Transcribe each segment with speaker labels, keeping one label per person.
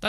Speaker 1: 大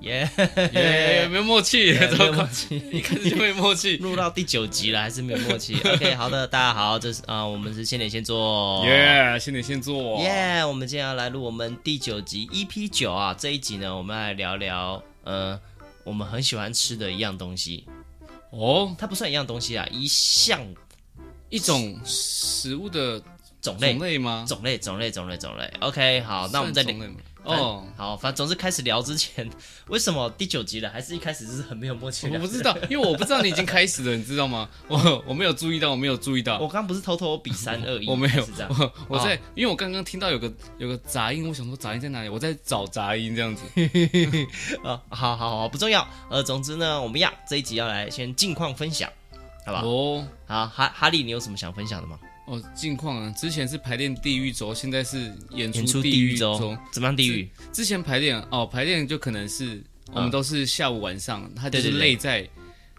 Speaker 2: 耶
Speaker 3: 耶，没有默 契，
Speaker 2: 没有
Speaker 3: 糟
Speaker 2: 默
Speaker 3: 糕， 一
Speaker 2: 契，
Speaker 3: 开始就没默 契。
Speaker 2: 录到第九集了，还是没有默 契。OK，好的，大家好，这是啊、我们是先点先做。
Speaker 3: 耶，先点先做。
Speaker 2: 耶我们今天要来录我们第九集 EP 九啊，这一集呢，我们来聊聊呃，我们很喜欢吃的一样东西，
Speaker 3: 哦，
Speaker 2: 它不算一样东西啊，一项
Speaker 3: 一种食物的
Speaker 2: 种类
Speaker 3: 种类吗？
Speaker 2: 种类种类种类种类。OK，好，那我们再
Speaker 3: 算
Speaker 2: 聊
Speaker 3: 种。类吗
Speaker 2: 反
Speaker 3: 哦，，
Speaker 2: 好，反正总之开始聊之前，为什么第九集了，还是一开始就是很没有默契？
Speaker 3: 我不 知，道，因为我不知道你已经开始了，你知道吗？ 我我没有注意到，我没有注意到
Speaker 2: 我，刚不是偷偷比三二一，
Speaker 3: 我没有
Speaker 2: 是这，样。
Speaker 3: 我我
Speaker 2: 哦
Speaker 3: 在，因为我刚刚听到有个有个杂音，我想说杂音在哪里？我在找杂音这样子。
Speaker 2: 啊，好好好，不重要。呃，总之呢，我们要这一集要来先近况分享，好吧？
Speaker 3: 哦
Speaker 2: 好，哈哈利，你有什么想分享的吗？
Speaker 3: 哦，近况啊，之前是排练地狱轴，现在是演
Speaker 2: 演
Speaker 3: 出
Speaker 2: 出
Speaker 3: 地
Speaker 2: 地
Speaker 3: 狱
Speaker 2: 狱
Speaker 3: 轴
Speaker 2: 中。怎么样？地狱
Speaker 3: 之前排练哦，排练就可能是我们都是下午晚上，他就是
Speaker 2: 对对对
Speaker 3: 累在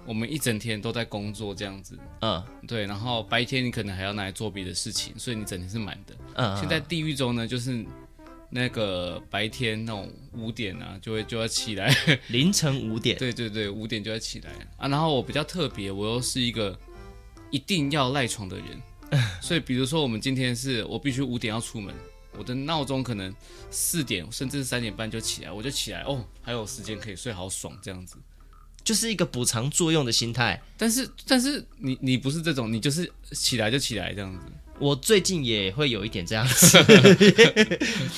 Speaker 3: 我们一整天都在工作这样子。
Speaker 2: 嗯
Speaker 3: 对，然后白天你可能还要拿来做别的事情，所以你整天是满的。
Speaker 2: 嗯嗯，
Speaker 3: 现在地狱中呢，就是那个白天那种五点啊，就会就要起来。
Speaker 2: 凌晨五点，
Speaker 3: 对对对，五点就要起来啊。然后我比较特别，我又是一个一定要赖床的人，所以比如说我们今天是我必须五点要出门，我的闹钟可能四点甚至三点半就起来，我就起来哦，还有时间可以睡，好爽这样子。
Speaker 2: 就是一个补偿作用的心态。
Speaker 3: 但是但是你你不是这种，你就是起来就起来这样子。
Speaker 2: 我最近也会有一点这样子，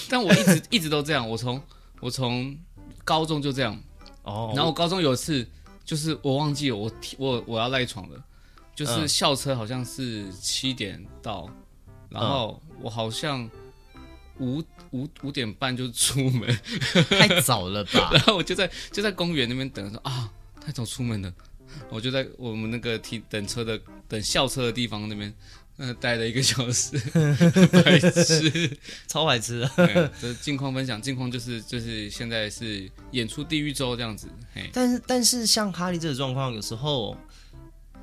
Speaker 3: 但我一直 一直都这样，我从我从高中就这样，
Speaker 2: 哦
Speaker 3: 然后我高中有一次，就是我忘记我提我我要赖床了，就是
Speaker 2: 嗯
Speaker 3: 校车好像是七点到，然
Speaker 2: 嗯
Speaker 3: 后我好像五五五点半就出门，
Speaker 2: 太早了吧？
Speaker 3: 然后我就在就在公园那边等，说啊太早出门了，我就在我们那个停等车的等校车的地方那边。呃，待了一个小时， 白 痴。
Speaker 2: 超白痴的。
Speaker 3: 哎这是近况分享，近况就是就是现在是演出地狱周这样子，嘿，
Speaker 2: 但是但是像哈利这个状况，有时候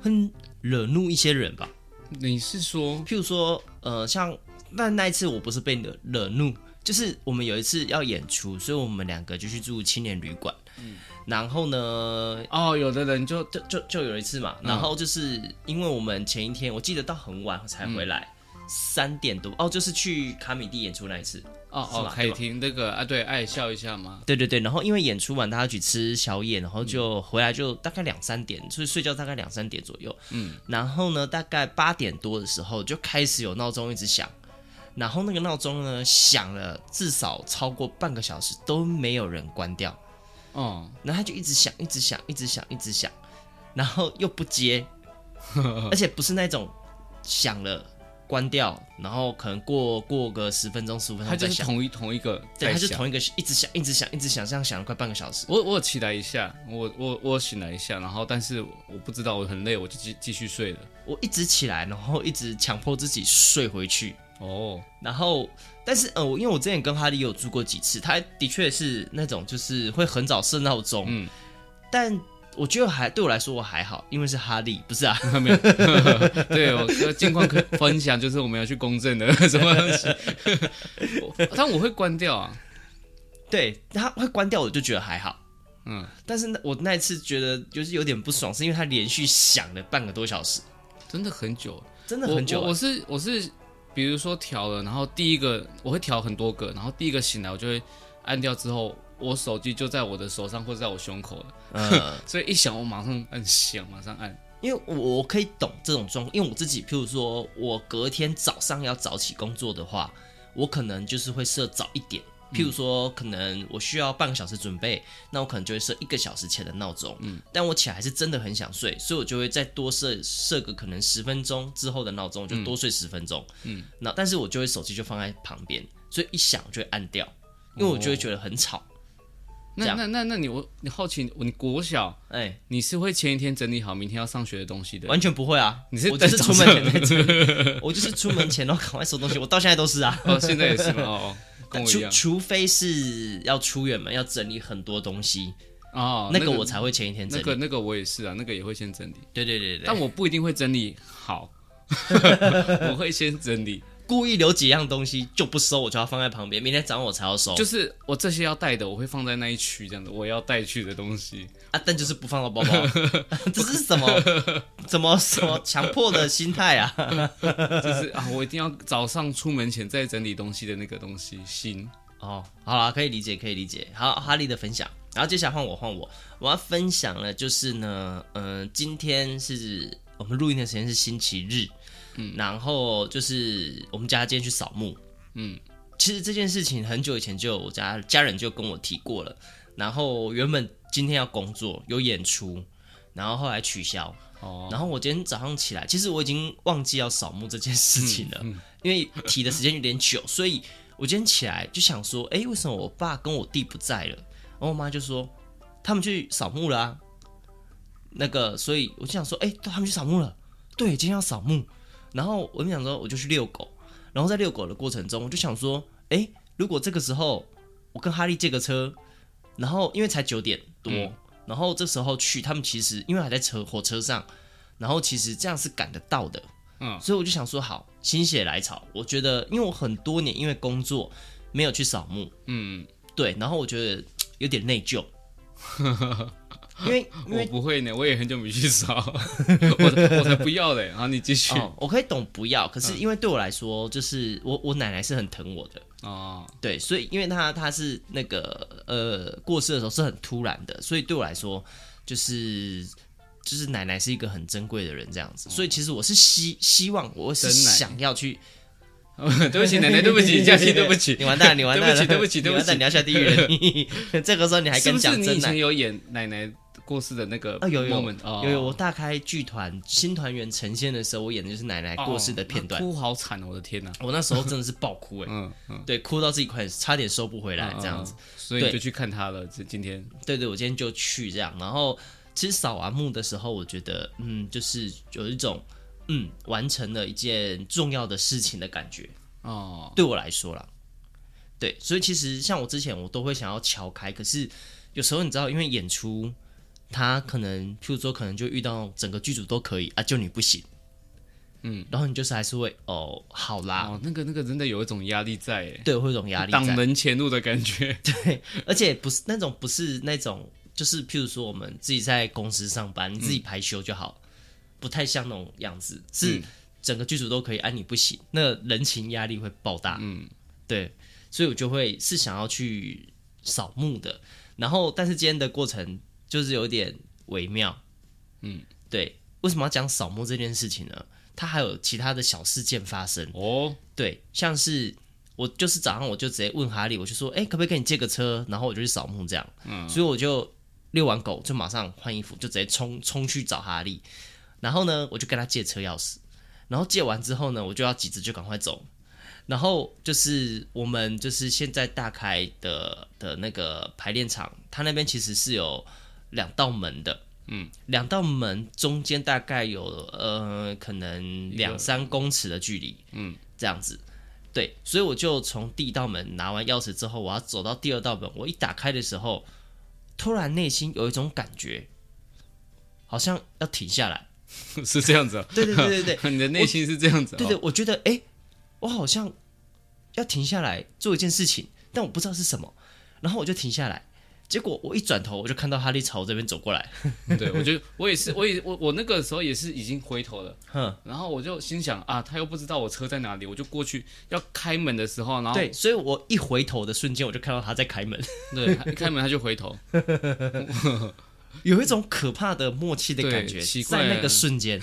Speaker 2: 很惹怒一些人吧。
Speaker 3: 你是说
Speaker 2: 譬如说，呃，像那那一次我不是被惹惹怒，就是我们有一次要演出，所以我们两个就去住青年旅馆。然后呢，
Speaker 3: 哦，有的人就
Speaker 2: 就就就有一次嘛，然后就是因为我们前一天我记得到很晚才回来，三、点多哦，就是去卡米蒂演出那一次。
Speaker 3: 哦
Speaker 2: 是吧
Speaker 3: 哦，凯婷那个啊，对，爱笑一下嘛。
Speaker 2: 对对对，然后因为演出完大家去吃宵夜，然后就回来就大概两三点，所以睡觉大概两三点左右。嗯，然后呢，大概八点多的时候就开始有闹钟一直响，然后那个闹钟呢响了至少超过半个小时都没有人关掉，
Speaker 3: 哦，
Speaker 2: 然后他就一直响，一直响，一直响，一直响，然后又不 接，而且不是那种响了关掉，然后可能过过个十分钟十五分
Speaker 3: 他就
Speaker 2: 钟再
Speaker 3: 是
Speaker 2: 响。
Speaker 3: 同一同一个
Speaker 2: 对，
Speaker 3: 在
Speaker 2: 他就
Speaker 3: 想。
Speaker 2: 同一个一直响，一直响，一直响，这样响了快半个小时。
Speaker 3: 我我有起来一下，我我我有醒来一下，然后但是我不知道我很累，我就继继续睡了。
Speaker 2: 我一直起来，然后一直强迫自己睡回去。
Speaker 3: 哦，
Speaker 2: 然后，但是呃，我因为我之前跟哈利有住过几次，他的确是那种就是会很早设闹钟，
Speaker 3: 嗯
Speaker 2: 但我觉得还对我来说我还好，因为是哈利，不是啊，
Speaker 3: 对，我我近况可分享就是我们要去公证的 什么东西，我但我会关掉啊。
Speaker 2: 对，他会关掉我就觉得还好，
Speaker 3: 嗯，
Speaker 2: 但是那我那一次觉得就是有点不爽，是因为他连续响了半个多小时，
Speaker 3: 真的很久，
Speaker 2: 真的很久
Speaker 3: 我我
Speaker 2: 啊、
Speaker 3: 我是我是，比如说调了，然后第一个我会调很多个，然后第一个醒来我就会按掉之后，我手机就在我的手上或者在我胸口了。
Speaker 2: 嗯，
Speaker 3: 所以一响我马上按响，马上按。
Speaker 2: 因为我我可以懂这种状况，因为我自己，譬如说我隔天早上要早起工作的话，我可能就是会设早一点。譬如说，可能我需要半个小时准备，那我可能就会设一个小时前的闹钟。嗯，但我起来还是真的很想睡，所以我就会再多设设个可能十分钟之后的闹钟，我就多睡十分钟。嗯，那但是我就哦会手机就放在旁边，所以一响我就会按掉，因为我就会觉得很吵。
Speaker 3: 那
Speaker 2: 这样
Speaker 3: 那那那你我你好奇你国小
Speaker 2: 哎、
Speaker 3: 你是会前一天整理好明天要上学的东西的？
Speaker 2: 完全不会啊！
Speaker 3: 你是
Speaker 2: 我就是
Speaker 3: 等
Speaker 2: 出
Speaker 3: 早
Speaker 2: 门
Speaker 3: 上
Speaker 2: 前在整理，我就是出门前然后赶快收东西，我到现在都是啊。
Speaker 3: 哦，现在也是吗？哦，哦 跟我一
Speaker 2: 除
Speaker 3: 样
Speaker 2: 除非是要出远门，要整理很多东西，
Speaker 3: 哦，
Speaker 2: 那个我才会前一天整
Speaker 3: 那
Speaker 2: 理。
Speaker 3: 个那个我也是啊，那个也会先整理，
Speaker 2: 对对对对，
Speaker 3: 但
Speaker 2: 但
Speaker 3: 我不一定会整理好， 我会先整理，
Speaker 2: 故意留几样东西就不收，我就要放在旁边，明天早上我才要收。
Speaker 3: 就是我这些要带的，我会放在那一区这样子，我要带去的东西。
Speaker 2: 啊，但就是不放到包包， 这是什么怎么什么强迫的心态啊？
Speaker 3: 就是啊，我一定要早上出门前再整理东西的那个东西心。
Speaker 2: 哦，好啦，可以理解，可以理解。好，哈利的分享，然后接下来换我，换我，我要分享呢，就是呢，嗯、今天是我们录音的时间是星期日，嗯，然后就是我们家今天去扫墓，
Speaker 3: 嗯，
Speaker 2: 其实这件事情很久以前就有我家家人就跟我提过了，然后原本今天要工作有演出，然后后来取消，
Speaker 3: 哦，
Speaker 2: 然后我今天早上起来，其实我已经忘记要扫墓这件事情了，
Speaker 3: 嗯
Speaker 2: 因为提的时间有点久，所以我今天起来就想说，哎，为什么我爸跟我弟不在了？然后我妈就说他们去扫墓了、啊，那个，所以我就想说，哎，对，他们去扫墓了，对，今天要扫墓。然后我就想说，我就去遛狗，然后在遛狗的过程中，我就想说，哎，如果这个时候我跟哈利借个车，然后因为才九点多。
Speaker 3: 嗯
Speaker 2: 然后这时候去，他们其实因为还在车火车上，然后其实这样是赶得到的，
Speaker 3: 嗯
Speaker 2: 所以我就想说，好，心血来潮，我觉得，因为我很多年因为工作没有去扫墓，
Speaker 3: 嗯，
Speaker 2: 对，然后我觉得嘖有点内 疚，因为因
Speaker 3: 我
Speaker 2: 为
Speaker 3: 不会呢，我也很久没去扫，我我才不要嘞。好，你继续。
Speaker 2: 哦，我可以懂不要，可
Speaker 3: 嗯
Speaker 2: 是因为对我来说，就是我我奶奶是很疼我的，
Speaker 3: 哦，
Speaker 2: 对，所以因为她她是那个呃过世的时候是很突然的，所以对我来说就是。就是奶奶是一个很珍贵的人，这样子，所以其实我是希希望，我是
Speaker 3: 哦真奶
Speaker 2: 想要去
Speaker 3: 对不起，奶奶，对不起，佳琪，对不起
Speaker 2: 你。完蛋了，你完蛋了，
Speaker 3: 对不起对不起对不起
Speaker 2: 你完蛋，你要下地狱了。你这个时候你还
Speaker 3: 是
Speaker 2: 敢
Speaker 3: 不是
Speaker 2: 讲
Speaker 3: 你
Speaker 2: 真
Speaker 3: 以
Speaker 2: 奶
Speaker 3: 前？有演奶奶过世的那个
Speaker 2: 啊，有有
Speaker 3: moment？哦
Speaker 2: 有有，我大开剧团新团员呈现的时候，我演的就是奶奶过世的片段
Speaker 3: 哦。哭好惨哦，我的天哪！
Speaker 2: 我那时候真的是爆哭哎，
Speaker 3: 嗯嗯，
Speaker 2: 对，哭到自己快差点收不回来这样子。
Speaker 3: 嗯，嗯所以你就去看他了。这今天
Speaker 2: 对对，我今天就去这样。然后其实扫完墓的时候，我觉得嗯，就是有一种嗯完成了一件重要的事情的感觉。
Speaker 3: 哦，
Speaker 2: 对我来说啦，对，所以其实像我之前我都会想要敲开，可是有时候你知道，因为演出，他可能譬如说可能就遇到整个剧组都可以啊，就你不行，嗯，然后你就是还是会哦，好啦，
Speaker 3: 哦，那个那个真的有一种压力在耶，
Speaker 2: 对，会有一种压力
Speaker 3: 挡
Speaker 2: 在，
Speaker 3: 人前路的感觉。
Speaker 2: 而且不是那种不是那种，就是譬如说我们自己在公司上班，你自己
Speaker 3: 嗯
Speaker 2: 排休就好，不太像那种样子，是整个剧组都可以，啊你不行，那人情压力会爆大，
Speaker 3: 嗯，
Speaker 2: 对，所以我就会是想要去扫墓的。然后，但是今天的过程就是有点微妙，
Speaker 3: 嗯，
Speaker 2: 对。为什么要讲扫墓这件事情呢？它还有其他的小事件发生，
Speaker 3: 哦，
Speaker 2: 对，像是我就是早上我就直接问哈利，我就说，哎、可不可以跟你借个车？然后我就去扫墓这样，嗯，所以我就遛完狗就马上换衣服，就直接冲冲去找哈利。然后呢，我就跟他借车钥匙，然后借完之后呢，我就要急着就赶快走。然后就是我们就是现在大开的的那个排练场，它那边其实是有两道门的，嗯，两道门中间大概有呃可能两三公尺的距离，嗯，这样子。对，所以我就从第一道门拿完钥匙之后，我要走到第二道门，我一打开的时候，突然内心有一种感觉，好像要停下来。
Speaker 3: 是这样子啊。
Speaker 2: 对对对对对，
Speaker 3: 你的内心是这样子、哦，
Speaker 2: 对对，我觉得哎、诶我好像要停下来做一件事情，但我不知道是什么，然后我就停下来，结果我一转头，我就看到哈利朝我这边走过来，
Speaker 3: 哦对我觉得我也是，我也我我那个时候也是已经回头了，
Speaker 2: 哼，
Speaker 3: 然后我就心想啊，他又不知道我车在哪里，我就过去要开门的时候，然后
Speaker 2: 对，所以我一回头的瞬间，我就看到他在开门，
Speaker 3: 对他一开门他就回 头，
Speaker 2: 有一种可怕的默契的感觉
Speaker 3: 对奇，怪
Speaker 2: 在那个瞬 间，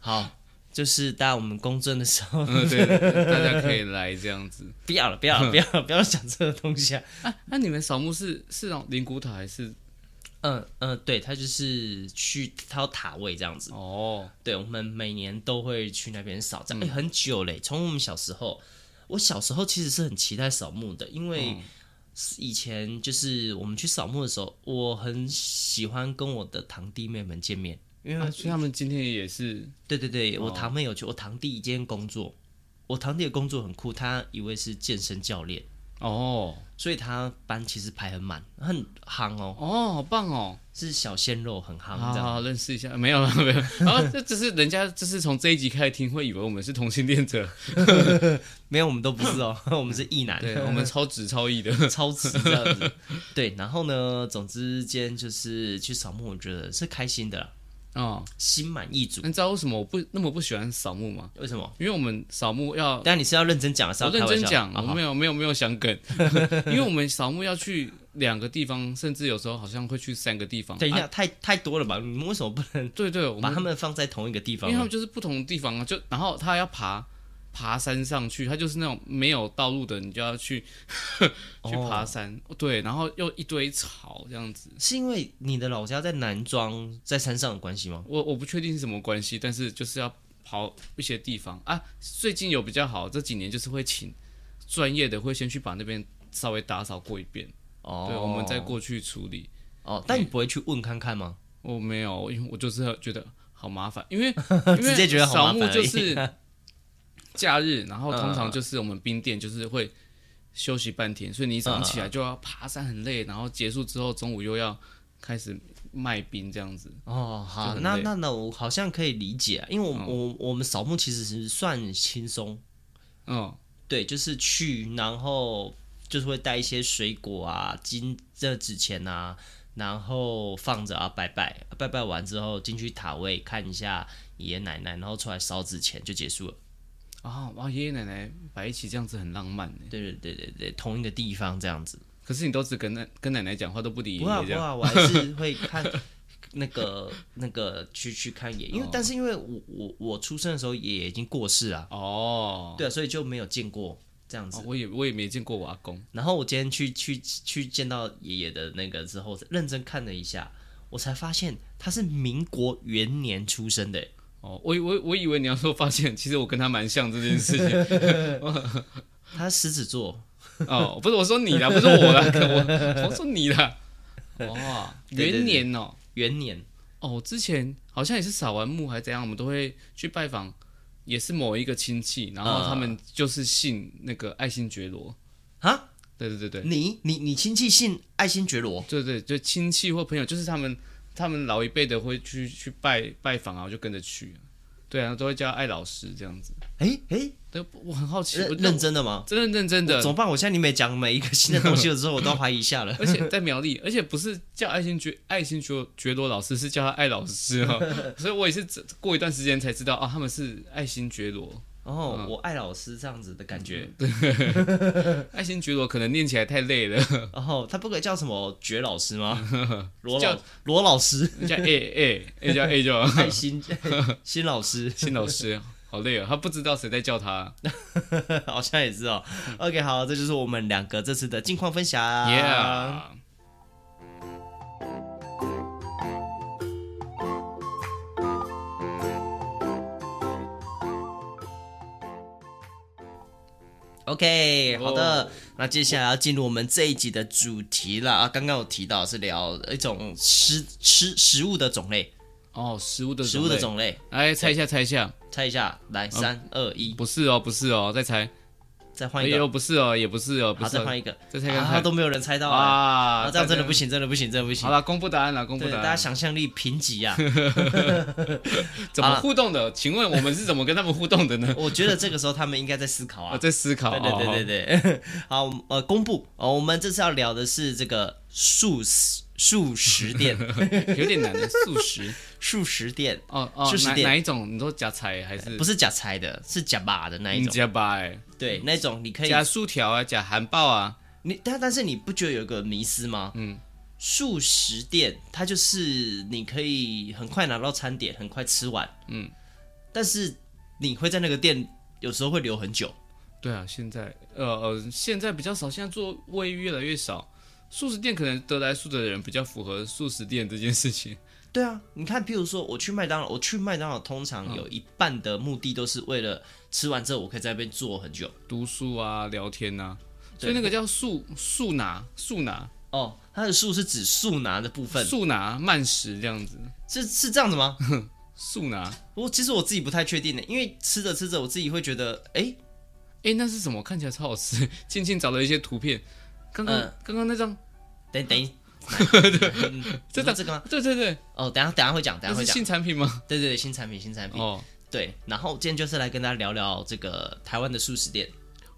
Speaker 2: 好。就是大家我们公证的时候，
Speaker 3: 嗯，对，大家可以来这样子。
Speaker 2: 不要了，不要了，不要了，不要讲这个东西啊！
Speaker 3: 啊，那、你们扫墓是是哦灵骨塔还是
Speaker 2: 嗯嗯，对他就是去他要塔位这样子，
Speaker 3: 哦？
Speaker 2: 对，我们每年都会去那边扫，这
Speaker 3: 嗯
Speaker 2: 样、哎
Speaker 3: 嗯
Speaker 2: 很久嘞。从我们小时候，我小时候其实是很期待扫墓的，因为以前就是我们去扫墓的时候，我很喜欢跟我的堂弟妹们见面，因为、
Speaker 3: 啊所以他们今天也是
Speaker 2: 对对对，
Speaker 3: 哦
Speaker 2: 我堂妹有去，我堂弟今天工作，我堂弟的工作很酷，他以为是健身教练，
Speaker 3: 哦
Speaker 2: 所以他班其实排很满，很夯哦，
Speaker 3: 哦，好棒哦！
Speaker 2: 是小鲜肉很夯
Speaker 3: 好
Speaker 2: 这样。
Speaker 3: 好认识一下，没有了没有了。啊，这只是人家这是从这一集开始听，会以为我们是同性恋者，
Speaker 2: 没有，我们都不是哦， 我们是异男，
Speaker 3: 对我们超直超异的。
Speaker 2: 超值这样子。对，然后呢，总之今天就是去扫墓，我觉得是开心的啦，
Speaker 3: 哦，
Speaker 2: 心满意足。
Speaker 3: 你知道为什么我不那么不喜欢扫墓吗？
Speaker 2: 为什么？
Speaker 3: 因为我们扫墓要
Speaker 2: 但你是要认真讲，还是
Speaker 3: 我
Speaker 2: 要开
Speaker 3: 认
Speaker 2: 玩
Speaker 3: 真
Speaker 2: 笑？
Speaker 3: 讲，
Speaker 2: 啊
Speaker 3: 我
Speaker 2: 好
Speaker 3: 没有没有没有想梗， 因为我们扫墓要去两个地方，甚至有时候好像会去三个地方。
Speaker 2: 等一
Speaker 3: 啊
Speaker 2: 下，太太多了吧？你们为什么不能
Speaker 3: 对对，我
Speaker 2: 把
Speaker 3: 们
Speaker 2: 他们放在同一个地
Speaker 3: 因
Speaker 2: 方
Speaker 3: 为他
Speaker 2: 呢
Speaker 3: 们？就是不同的地方啊，就然后他要爬爬山上去，他就是那种没有道路的，你就要去 去
Speaker 2: 哦
Speaker 3: 爬山，对，然后又一堆草这样子。
Speaker 2: 是因为你的老家在南庄，在山上的关系吗？
Speaker 3: 我我不确定是什么关系，但是就是要跑一些地方啊。最近有比较好，这几年就是会请专业的，会先去把那边稍微打扫过一遍，
Speaker 2: 哦，
Speaker 3: 对，我们再过去处理。
Speaker 2: 哦，但你不会去问看看吗？
Speaker 3: 我没有，因为我就是觉得好麻烦， 因为因为
Speaker 2: 直接觉得好麻
Speaker 3: 扫
Speaker 2: 烦
Speaker 3: 墓
Speaker 2: 而
Speaker 3: 就
Speaker 2: 已嗯
Speaker 3: 是 假日，然后通常就是我们冰店就是会休息半天，所以你早上
Speaker 2: 嗯
Speaker 3: 起来就要爬山，很累，然后结束之后中午又要开始卖冰这样子。
Speaker 2: 哦，
Speaker 3: 就
Speaker 2: 好，
Speaker 3: 很
Speaker 2: 那
Speaker 3: 累
Speaker 2: 那那我好像可以理解、啊，因为我、我我们扫墓其实是算轻松，
Speaker 3: 嗯，
Speaker 2: 对，就是去，然后就是会带一些水果啊、金这纸钱啊，然后放着啊拜拜，拜拜完之后进去塔位看一下爷爷奶奶，然后出来烧纸钱就结束了。
Speaker 3: 啊、哇，爷爷奶奶摆一起这样子很浪漫呢。
Speaker 2: 对对对对对，同一个地方这样子。
Speaker 3: 可是你都只跟奶跟奶奶讲话，都不理爷
Speaker 2: 不会
Speaker 3: 爷
Speaker 2: 啊不
Speaker 3: 这
Speaker 2: 会
Speaker 3: 样。
Speaker 2: 啊，我还是会看 那个那个去去看爷爷，
Speaker 3: 哦
Speaker 2: 因为但是因为我我我出生的时候爷爷已经过世了，
Speaker 3: 哦，
Speaker 2: 对啊，所以就没有见过这样子
Speaker 3: 哦。我也我也没见过我阿公。
Speaker 2: 然后我今天去去去见到爷爷的那个之后，认真看了一下，我才发现他是民国元年出生的。
Speaker 3: 哦，我以我我以为你要说发现，其实我跟他蛮像这件事情。
Speaker 2: 他狮子座，
Speaker 3: 哦，不是我说你啦，不是我 啦，我我说你啦。哦，
Speaker 2: 对对对
Speaker 3: 元年哦，
Speaker 2: 元年
Speaker 3: 哦，我之前好像也是扫完墓还怎样，我们都会去拜访，也是某一个亲戚，然后他们就是信那个爱新觉罗。
Speaker 2: 啊，
Speaker 3: 对对对对，
Speaker 2: 你你你亲戚姓爱新觉罗，
Speaker 3: 对对，就亲戚或朋友，就是他们他们老一辈的会去去拜拜访啊，我就跟着去。对啊，都会叫艾老师这样子。
Speaker 2: 哎哎，
Speaker 3: 对，啊我很好奇，我
Speaker 2: 认认真的吗？
Speaker 3: 真的认真的
Speaker 2: 怎，么办？我现在你每讲每一个新的东西的时候，我都怀疑 一下了。
Speaker 3: 而且在苗栗，而且不是叫爱新觉爱新觉觉罗老师，是叫他艾老师哈、 所以我也是这过一段时间才知道啊，他们是爱新觉罗。
Speaker 2: 哦，
Speaker 3: 嗯
Speaker 2: 我爱老师这样子的感觉。
Speaker 3: 爱新觉罗可能念起来太累了，
Speaker 2: 然后他不可以叫什么觉老师吗？罗
Speaker 3: 叫
Speaker 2: 老罗老师，
Speaker 3: 叫 A A A 叫 A 就好
Speaker 2: 爱心 新老师，
Speaker 3: 新老师，好累哦，他不知道谁在叫他。
Speaker 2: 好像也是哦。OK，好，这就是我们两个这次的近况分享。啊
Speaker 3: Yeah，
Speaker 2: OK，好的
Speaker 3: 哦
Speaker 2: 那接下来要进入我们这一集的主题了啊。刚刚有提到是聊一种吃吃食物的种类，
Speaker 3: 哦，食物的
Speaker 2: 食物的
Speaker 3: 类，
Speaker 2: 种类，
Speaker 3: 来猜一下，猜一下，
Speaker 2: 猜一下，来，三二一，
Speaker 3: 不是哦，不是哦，再猜，
Speaker 2: 再换
Speaker 3: 哎
Speaker 2: 一个
Speaker 3: 呦，，不是哦，也不是哦，不
Speaker 2: 好，
Speaker 3: 是
Speaker 2: 再
Speaker 3: 哦，
Speaker 2: 换一个，
Speaker 3: 再猜看
Speaker 2: 啊，
Speaker 3: 看
Speaker 2: 都没有人猜到啊。
Speaker 3: 啊
Speaker 2: 啊，这样真的不。行，真的不行，真的不行
Speaker 3: 好。了，公布答案了，公布
Speaker 2: 对，
Speaker 3: 答
Speaker 2: 大家
Speaker 3: 案。
Speaker 2: 想象力贫瘠啊！
Speaker 3: 怎么互动的？请问我们是怎么跟他们互动的 呢？
Speaker 2: 我觉得这个时候他们应该在思考
Speaker 3: 我
Speaker 2: 啊。
Speaker 3: 在思考。哦
Speaker 2: 对对对对对， 好，我们呃，公布哦，我们这次要聊的是这个素食素食店，
Speaker 3: 对，有点难的素食。
Speaker 2: 素食店
Speaker 3: 哦哦
Speaker 2: 素，食
Speaker 3: 哪
Speaker 2: 店
Speaker 3: 哪一种？你说假菜还是
Speaker 2: 不是假菜的，是假麻的那一
Speaker 3: 嗯
Speaker 2: 种，
Speaker 3: 假白？
Speaker 2: 对，那种你可以
Speaker 3: 假薯条啊，假汉堡啊？
Speaker 2: 你但但是你不觉得有个迷思吗？嗯，素食店它就是你可以很快拿到餐点，很快吃完，嗯，但是你会在那个店有时候会留很久。
Speaker 3: 对啊，现在呃呃，现在比较少，现在座位越来越少。素食店可能得来素的人比较符合素食店这件事情。
Speaker 2: 对啊，你看，譬如说我去麦当劳，我去麦当劳通
Speaker 3: 嗯
Speaker 2: 常有一半的目的都是为了吃完之后我可以在那边坐很久。
Speaker 3: 读书啊，聊天啊，所以那个叫速速拿速拿
Speaker 2: 哦，它的速是指速拿的部分，
Speaker 3: 速拿慢食这样子，
Speaker 2: 是是这样子吗？
Speaker 3: 速拿。
Speaker 2: 不过其实我自己不太确定呢，因为吃着吃着，我自己会觉得，哎，
Speaker 3: 哎、那是什么？看起来超好吃。 静静找了一些图片，刚刚
Speaker 2: 嗯
Speaker 3: 刚刚那张，
Speaker 2: 等 等一，
Speaker 3: 这
Speaker 2: 这
Speaker 3: 张
Speaker 2: 这个吗？
Speaker 3: 对对对，
Speaker 2: 哦，等一下等一下会讲，等一
Speaker 3: 那
Speaker 2: 下会
Speaker 3: 是
Speaker 2: 讲。
Speaker 3: 新产品吗？
Speaker 2: 对对对，新产品新产品。
Speaker 3: 哦
Speaker 2: 对，然后今天就是来跟大家聊聊这个台湾的素食店。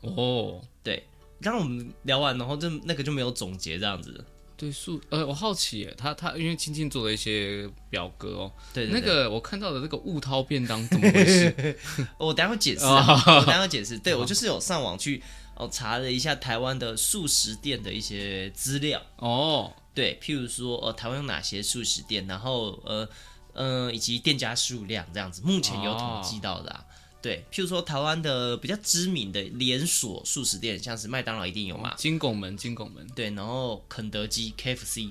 Speaker 3: 哦，
Speaker 2: 对，刚刚我们聊完，然后就那个就没有总结这样子。
Speaker 3: 对素呃，我好奇耶，他他因为青青做了一些表格哦，
Speaker 2: 对对
Speaker 3: 那
Speaker 2: 对
Speaker 3: 个我看到的那个雾涛便当怎么回 事？
Speaker 2: 我等一下会解释、啊，我等一下会解释。对我就是有上网去哦查了一下台湾的素食店的一些资料，
Speaker 3: 哦，
Speaker 2: 对，譬如说呃台湾有哪些素食店，然后呃呃以及店家数量这样子，目前有统计到的、啊。对，譬如说台湾的比较知名的连锁素食店，像是麦当劳一定有嘛，
Speaker 3: 金拱门，金拱门，
Speaker 2: 对，然后肯德基、KFC。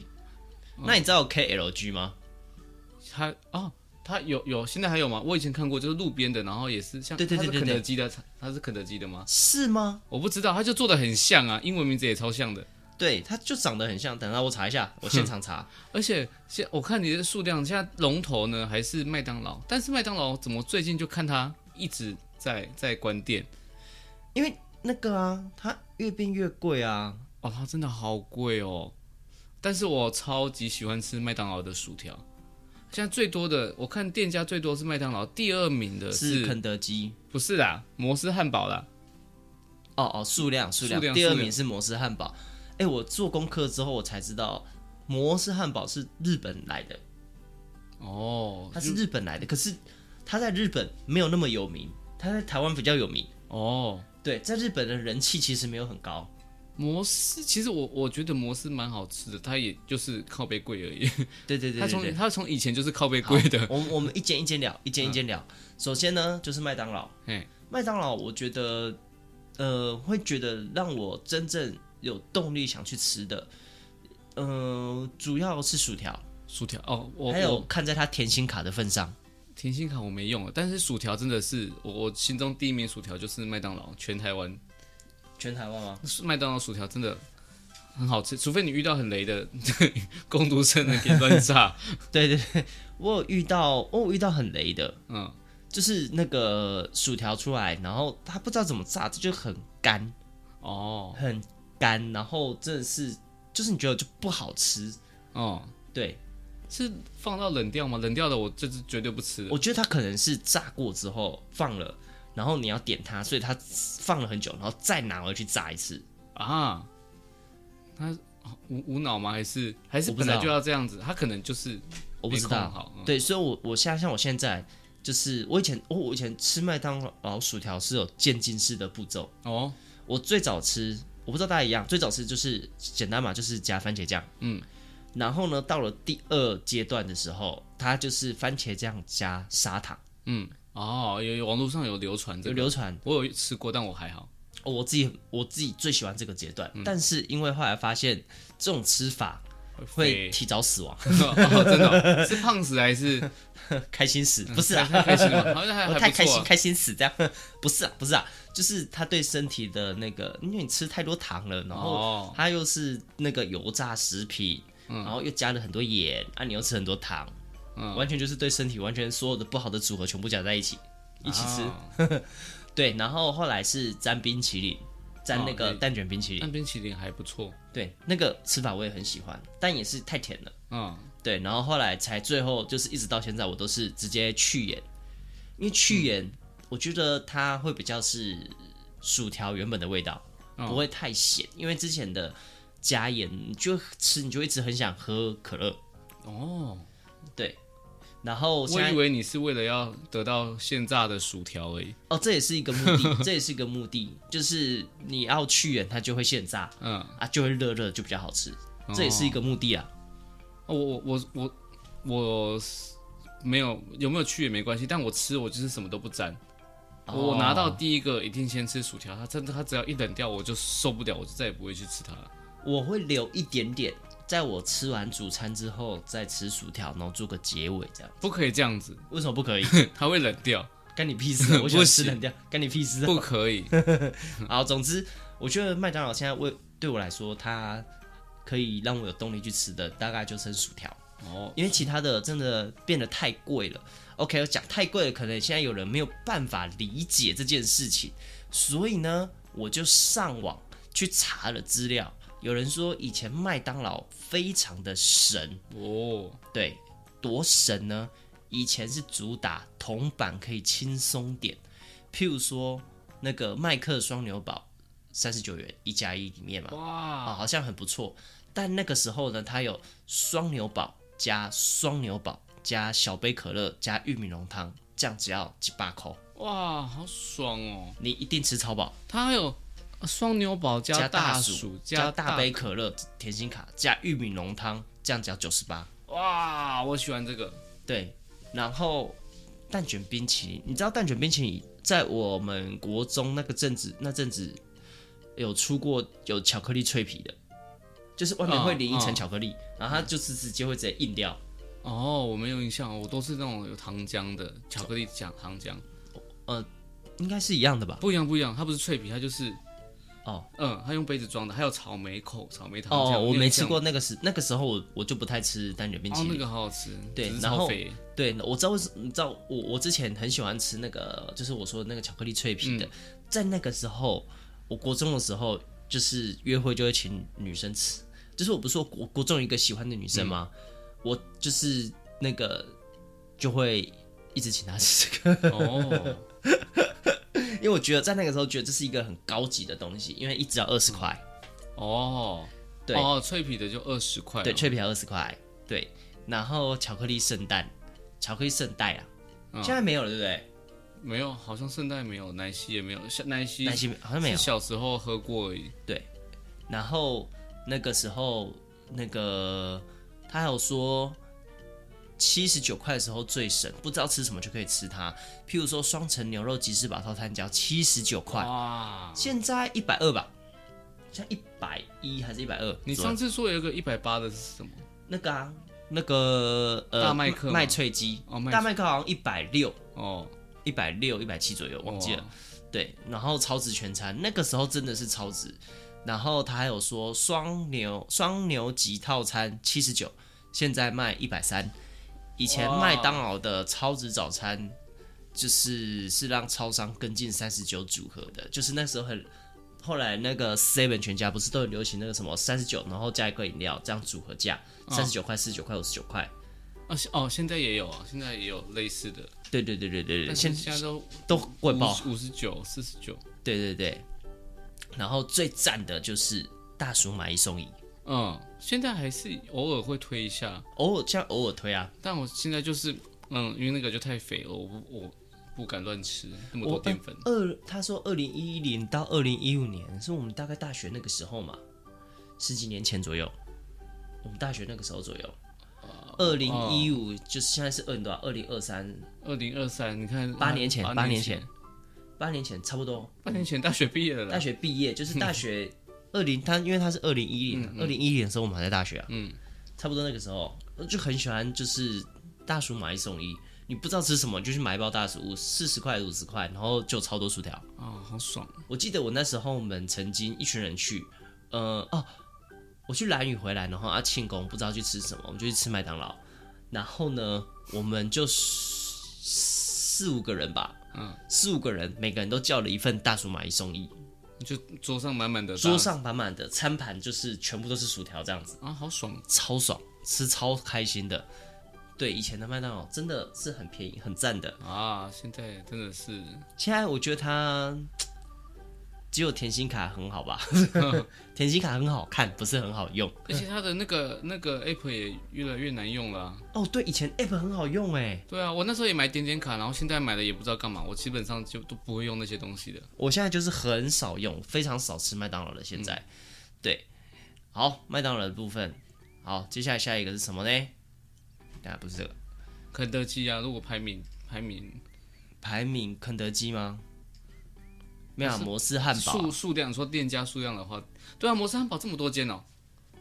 Speaker 2: 那你知道 KLG 吗？
Speaker 3: 它哦，它有有，现在还有吗？我以前看过，就是路边的，然后也是像
Speaker 2: 对对
Speaker 3: 它
Speaker 2: 对
Speaker 3: 是
Speaker 2: 对
Speaker 3: 肯
Speaker 2: 对
Speaker 3: 德基的，它是肯德基的吗？
Speaker 2: 是吗？
Speaker 3: 我不知道，它就做的很像啊，英文名字也超像的，
Speaker 2: 对，它就长得很像。等一下我查一下，我现场查。
Speaker 3: 而且现我看你的数量，现在龙头呢还是麦当劳，但是麦当劳怎么最近就看它一直在在关店
Speaker 2: 因为那个啊，它越变越贵啊。
Speaker 3: 哦，它真的好贵哦。但是我超级喜欢吃麦当劳的薯条，现在最多的我看店家最多是麦当劳，第二名的
Speaker 2: 是肯德基。
Speaker 3: 不是啦？摩斯汉堡啦，
Speaker 2: 哦哦，数量数量
Speaker 3: 数，量
Speaker 2: 第二
Speaker 3: 数量
Speaker 2: 名是摩斯汉堡。哎，我做功课之后我才知道，摩斯汉堡是日本来的，
Speaker 3: 哦，
Speaker 2: 它是日本来的，可是它在日本没有那么有名，它在台湾比较有名。
Speaker 3: 哦，
Speaker 2: 对，在日本的人气其实没有很高。
Speaker 3: 摩斯其实我我觉得摩斯蛮好吃的，它也就是靠背贵而已，
Speaker 2: 对对对
Speaker 3: 它
Speaker 2: 对对
Speaker 3: 从它从以前就是靠背贵的，
Speaker 2: 我们我们一间一间聊，一间一间聊。首先呢，就是麦当劳
Speaker 3: 嘿。
Speaker 2: 麦当劳，我觉得，呃，会觉得让我真正有动力想去吃的，呃，主要是薯条，
Speaker 3: 薯条哦，我
Speaker 2: 还
Speaker 3: 我
Speaker 2: 有看在它甜心卡的份上，
Speaker 3: 甜心卡我没用了，但是薯条真的是我我心中第一名薯条就是麦当劳，全台湾
Speaker 2: 全台湾吗？
Speaker 3: 麦当劳薯条真的很好吃，除非你遇到很雷的 工读生能给你乱 炸。
Speaker 2: 对对对，我有遇到，我有遇到很雷的，
Speaker 3: 嗯，
Speaker 2: 就是那个薯条出来，然后它不知道怎么炸，这就很干，
Speaker 3: 哦
Speaker 2: 很干，然后真的是，就是你觉得就不好吃，
Speaker 3: 哦，
Speaker 2: 对，
Speaker 3: 是放到冷掉吗？冷掉的我这是绝对不吃的。
Speaker 2: 我觉得它可能是炸过之后放了，然后你要点它，所以它放了很久，然后再拿回去炸一次。
Speaker 3: 啊，他无无脑吗？还是还是
Speaker 2: 我不
Speaker 3: 本
Speaker 2: 知道
Speaker 3: 来就要这样子？他可能就是
Speaker 2: 我不知
Speaker 3: 没控
Speaker 2: 道
Speaker 3: 好，嗯
Speaker 2: 对，所以我我现在像我现在就是我以前我我以前吃麦当劳薯条是有渐进式的步骤。
Speaker 3: 哦
Speaker 2: 我最早吃，我不知道大家一样，最早吃就是简单嘛，就是加番茄酱，
Speaker 3: 嗯，
Speaker 2: 然后呢，到了第二阶段的时候，它就是番茄酱加砂糖，
Speaker 3: 嗯哦，有有网络上有流传这
Speaker 2: 有
Speaker 3: 个，
Speaker 2: 流传。
Speaker 3: 我有吃过，但我还好。
Speaker 2: 哦我自己我自己最喜欢这个阶
Speaker 3: 嗯
Speaker 2: 段，但是因为后来发现这种吃法会
Speaker 3: 会
Speaker 2: 提早死亡，
Speaker 3: 哦，真的哦、是胖死还是
Speaker 2: 开心死不是啊，
Speaker 3: 太开心了吗？好嗯像还
Speaker 2: 我
Speaker 3: 还
Speaker 2: 太
Speaker 3: 不
Speaker 2: 开
Speaker 3: 错
Speaker 2: 心
Speaker 3: 啊、
Speaker 2: 开心死这样， 不是啊不是啊，就是它对身体的那个，因为你吃太多糖了，然后
Speaker 3: 哦
Speaker 2: 它又是那个油炸食品，然后又加了很多盐，啊你又吃很多糖，
Speaker 3: 嗯
Speaker 2: 完全就是对身体完全所有的不好的组合全部加在一起一起吃，
Speaker 3: 啊
Speaker 2: 对，然后后来是沾冰淇淋，沾
Speaker 3: 哦
Speaker 2: 那个
Speaker 3: 对
Speaker 2: 蛋卷冰淇淋
Speaker 3: 那，冰淇淋还不错，
Speaker 2: 对，那个吃法我也很喜欢，但也是太甜了。
Speaker 3: 嗯，
Speaker 2: 对，然后后来才最后就是一直到现在，我都是直接去盐，因为
Speaker 3: 嗯
Speaker 2: 去盐、我觉得它会比较是薯条原本的味道，
Speaker 3: 哦
Speaker 2: 不会太咸，因为之前的加盐，你就吃你就一直很想喝可乐，
Speaker 3: 哦，
Speaker 2: 对。然后现
Speaker 3: 我
Speaker 2: 在
Speaker 3: 以为你是为了要得到现炸的薯条而已，
Speaker 2: 哦，这也是一个目的，这也是一个目的，就是你要去盐，它就会现炸
Speaker 3: 嗯，
Speaker 2: 啊，就会热热，就比较好吃，这也是一个目的啊。
Speaker 3: 哦我我我我我是没有有没有去也没关系，但我吃我就是什么都不沾。
Speaker 2: 哦
Speaker 3: 我拿到第一个一定先吃薯条，它真的它只要一冷掉我就受不了，我就再也不会去吃它了。
Speaker 2: 我会留一点点，在我吃完主餐之后再吃薯条，然后做个结尾这样。
Speaker 3: 不可以这样子，
Speaker 2: 为什么不可以？
Speaker 3: 它会冷掉，
Speaker 2: 干你屁事啊！我喜
Speaker 3: 不
Speaker 2: 欢吃
Speaker 3: 行
Speaker 2: 冷掉，干你屁事啊！
Speaker 3: 不可以。
Speaker 2: 好，总之我觉得麦当劳现在为对我来说，它可以让我有动力去吃的，大概就剩薯条，
Speaker 3: 哦，
Speaker 2: 因为其他的真的变得太贵了。OK，讲太贵了，可能现在有人没有办法理解这件事情，所以呢，我就上网去查了资料。有人说以前麦当劳非常的神，
Speaker 3: 哦，
Speaker 2: 对，多神呢？以前是主打铜板可以轻松点，譬如说那个麦克双牛堡三十九元一加一里面嘛，啊，
Speaker 3: 哇，
Speaker 2: 好像很不错。但那个时候呢，它有双牛堡加双牛堡加小杯可乐加玉米浓汤，这样只要几把口，
Speaker 3: 哇，好爽哦！
Speaker 2: 你一定吃超饱，
Speaker 3: 它还有双牛堡加
Speaker 2: 大
Speaker 3: 薯
Speaker 2: 加
Speaker 3: 大
Speaker 2: 大杯，可乐甜心卡加玉米浓汤，这样只要九十八。
Speaker 3: 哇，我喜欢这个。
Speaker 2: 对，然后蛋卷冰淇淋，你知道蛋卷冰淇淋在我们国中那个阵子，那阵子有出过有巧克力脆皮的，就是外面会淋一层
Speaker 3: 嗯嗯
Speaker 2: 巧克力，然后它就是直接会直接硬掉。
Speaker 3: 哦，我没有印象，我都是那种有糖浆的巧克力酱糖浆，
Speaker 2: 应该是一样的吧？
Speaker 3: 不一样不一样，它不是脆皮，它就是
Speaker 2: 哦，
Speaker 3: 嗯，它用杯子装的，还有草莓口草莓糖浆。
Speaker 2: 哦，我
Speaker 3: 你有
Speaker 2: 没
Speaker 3: 印
Speaker 2: 吃
Speaker 3: 象
Speaker 2: 过那个时那个时候我我就不太吃蛋卷冰淇
Speaker 3: 哦，那
Speaker 2: 淋。
Speaker 3: 个好好吃，
Speaker 2: 对
Speaker 3: 只是
Speaker 2: 然
Speaker 3: 超
Speaker 2: 后
Speaker 3: 肥
Speaker 2: 对，我知道为什，你知道我我之前很喜欢吃那个，就是我说的那个巧克力脆皮的，在那个时候，我国中的时候，就是约会就会请女生吃，就是我不是说国国中有一个喜欢的女生吗？我就是那个就会一直请她吃这个，
Speaker 3: 哦，
Speaker 2: 因为我觉得在那个时候觉得这是一个很高级的东西，因为一只要二十块，
Speaker 3: 哦，
Speaker 2: 对
Speaker 3: 哦，脆皮的就二十块，
Speaker 2: 对，，脆皮要二十块，对，然后巧克力圣诞，巧克力圣代啊，
Speaker 3: 嗯
Speaker 2: 现在没有了，对不对？
Speaker 3: 没有，好像圣代没有，奶昔也没有，像奶昔
Speaker 2: 但是好像没有
Speaker 3: 是。小时候喝过而已，
Speaker 2: 然后那个时候，那个他还有说，七十九块的时候最省，不知道吃什么就可以吃它。譬如说双层牛肉吉士堡套餐，只要七十九块，
Speaker 3: 哇！
Speaker 2: 现在一百二吧，像一百一还是一啊百二？
Speaker 3: 你上次说有一个一百八的是什么？
Speaker 2: 那个啊，那个呃，
Speaker 3: 大麦克吗
Speaker 2: 麦脆鸡，
Speaker 3: 哦麦脆
Speaker 2: 大麦克好像一百六。
Speaker 3: 哦，
Speaker 2: 一百六、一百七左右，忘记了。
Speaker 3: 哇。
Speaker 2: 对，然后超值全餐，那个时候真的是超值。然后他还有说双牛双牛级套餐七十九，现在卖一百三。以前
Speaker 3: 哇
Speaker 2: 麦当劳的超值早餐就是是让超商跟进三十九组合的，就是那时候很。后来那个 Seven 全家不是都很流行那个什么三十九，然后加一个饮料，这样组合价三十九块、四十九块、五十九块。
Speaker 3: 啊，现哦，现在也有啊，现在也有类似的，
Speaker 2: 对对对对对对，
Speaker 3: 但是
Speaker 2: 现
Speaker 3: 现在都
Speaker 2: 都贵爆。
Speaker 3: 五十九、四十九，
Speaker 2: 对对对，然后最赞的就是大叔买一送一，
Speaker 3: 嗯，现在还是偶尔会推一下，
Speaker 2: 偶尔像偶尔推啊，
Speaker 3: 但我现在就是，嗯，因为那个就太肥了，我不我不敢乱吃那么
Speaker 2: 我哎
Speaker 3: 多淀粉。
Speaker 2: 二他说二零一零到二零一五年是我们大概大学那个时候嘛，十几年前左右，我们大学那个时候左右。二零一五就是现在是二零多少？二零二三，
Speaker 3: 二零二三，你看
Speaker 2: 八年前八
Speaker 3: 八
Speaker 2: 年前
Speaker 3: 前，
Speaker 2: 八年前差不多。
Speaker 3: 八年前大学毕业了啦，
Speaker 2: 大学毕业就是大 学二零，他因为他是二零一零，二零一零的时候我们还在大学啊，嗯，差不多那个时候就很喜欢就是大薯买一送一，你不知道吃什么就去买一包大薯，四十块五十块，然后就超多薯条。
Speaker 3: 哦，好爽，
Speaker 2: 我记得我那时候我们曾经一群人去，呃哦，我去兰屿回来，然后啊庆功不知道去吃什么，我们就去吃麦当劳，然后呢我们就四四五个人吧，嗯，四五个人每个人都叫了一份大薯买一送一。
Speaker 3: 就桌上满满的大，
Speaker 2: 桌上满满的，餐盘就是全部都是薯条这样子，
Speaker 3: 啊，好爽，
Speaker 2: 超爽，吃超开心的。对，以前的麦当劳真的是很便宜，很赞的。
Speaker 3: 啊，现在真的是
Speaker 2: 现在我觉得它只有甜心卡很好 吧，甜心卡很好看，不是很好用。
Speaker 3: 而且它的那个那个 app 也越来越难用了啊、
Speaker 2: 哦，对，以前 app 很好用哎，
Speaker 3: 对啊，我那时候也买点点卡，然后现在买了也不知道干嘛，我基本上就都不会用那些东西的。
Speaker 2: 我现在就是很少用，非常少吃麦当劳了。现在，对，好，麦当劳的部分，好，接下来下一个是什么呢？啊，不是这个，
Speaker 3: 肯德基啊，如果排名排名
Speaker 2: 排名肯德基吗？没有啊、摩斯汉堡啊、
Speaker 3: 数数量说店家数量的话，对啊，摩斯汉堡这么多间哦，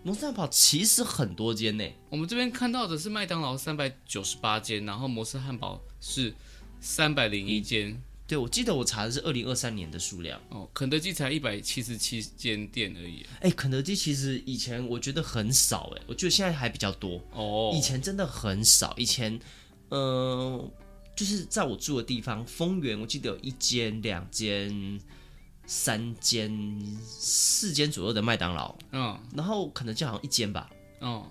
Speaker 2: 摩斯汉堡其实很多间呢。
Speaker 3: 我们这边看到的是麦当劳三百九十八间，然后摩斯汉堡是三百零一间，
Speaker 2: 对，我记得我查的是二零二三年的数量。
Speaker 3: 哦，肯德基才一百七十七间店而已。
Speaker 2: 哎，肯德基其实以前我觉得很少，哎，我觉得现在还比较多。
Speaker 3: 哦，
Speaker 2: 以前真的很少，以前，呃，就是在我住的地方，丰原，我记得有一间、两间、三间、四间左右的麦当劳，
Speaker 3: 嗯
Speaker 2: 然后肯德基好像一间吧。哦
Speaker 3: 嗯，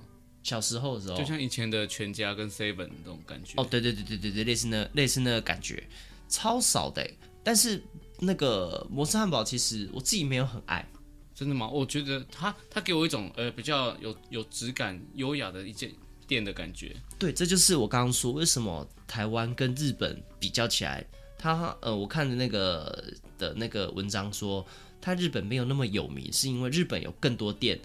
Speaker 2: 小时候的时候
Speaker 3: 就，像以前的全家跟 seven 那种感觉。
Speaker 2: 哦，对对对对对对，类似那类似那个感觉，超少的欸。但是那个摩斯汉堡，其实我自己没有很爱。
Speaker 3: 真的吗？我觉得它它给我一种呃比较有有质感、优雅的一间店的感觉。
Speaker 2: 对，这就是我刚刚说为什么台湾跟日本比较起来，它呃，我看的那个的那个文章说，它日本没有那么有名，是因为日本有更多店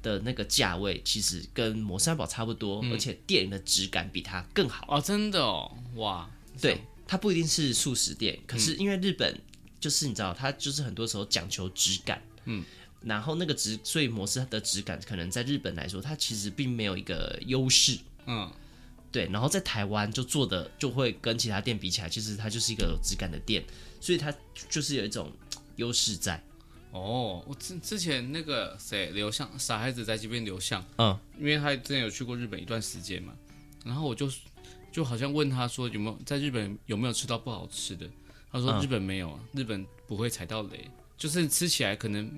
Speaker 2: 的那个价位其实跟摩斯汉堡差不多，而且店的质感比它更好。
Speaker 3: 哦，真的哦，哇，
Speaker 2: 对，它不一定是素食店，可是因为日本就是你知道，它就是很多时候讲求质感，
Speaker 3: 嗯，
Speaker 2: 然后那个质，所以摩斯它的质感可能在日本来说，它其实并没有一个优势，
Speaker 3: 嗯，
Speaker 2: 对，然后在台湾就做的就会跟其他店比起来，其实它就是一个有质感的店，所以它就是有一种嘖优势在，
Speaker 3: 哦，我之之前那个谁刘向傻孩子在这边刘向，
Speaker 2: 嗯，
Speaker 3: 因为他之前有去过日本一段时间嘛，然后我就就好像问他说有没有在日本有没有吃到不好吃的，他说
Speaker 2: 嗯
Speaker 3: 日本没有，啊，日本不会踩到雷，就是吃起来可能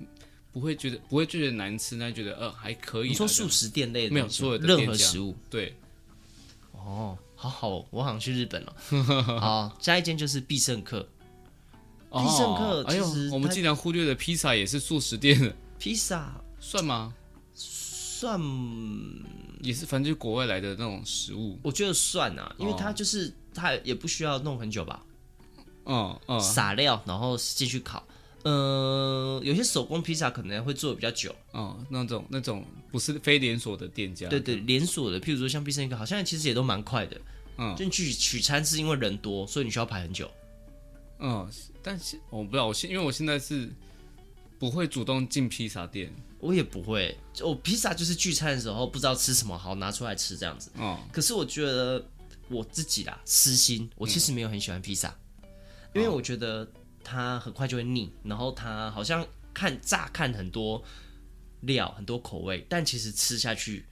Speaker 3: 不会觉得不会觉得难吃，但觉得呃还可以啊。
Speaker 2: 你说
Speaker 3: 这
Speaker 2: 素
Speaker 3: 样
Speaker 2: 食店类的
Speaker 3: 没有
Speaker 2: 东西
Speaker 3: 所有的
Speaker 2: 任
Speaker 3: 店
Speaker 2: 何
Speaker 3: 家
Speaker 2: 食物
Speaker 3: 对，
Speaker 2: 哦，好好哦，我好像去日 本了，好，下一间就是必胜客，必胜客
Speaker 3: 哎呦
Speaker 2: 其实，它
Speaker 3: 我们竟然忽略了披萨也是素食店的，
Speaker 2: 披萨
Speaker 3: 算吗？
Speaker 2: 算
Speaker 3: 也是，反正就是国外来的那种食物。
Speaker 2: 我觉得算啊，因为它就是它也不需要弄很久吧，
Speaker 3: 嗯嗯，
Speaker 2: 撒料然后继续烤。呃，有些手工披萨可能会做的比较久，
Speaker 3: 哦，那种那种不是非连锁的店家。
Speaker 2: 对对，连锁的，譬如说像必胜客，好像其实也都蛮快的。
Speaker 3: 嗯
Speaker 2: 就你去取餐是因为人多，所以你需要排很久。
Speaker 3: 嗯，但是我不知道，我现因为我现在是不会主动进披萨店。
Speaker 2: 我也不会，就我披萨就是聚餐的时候不知道吃什么好拿出来吃这样子。
Speaker 3: 哦
Speaker 2: 可是我觉得我自己啦，私心，我其实没有很喜欢披萨，因为我觉得它很快就会腻，然后它好像看乍看很多料、很多口味，但其实吃下去，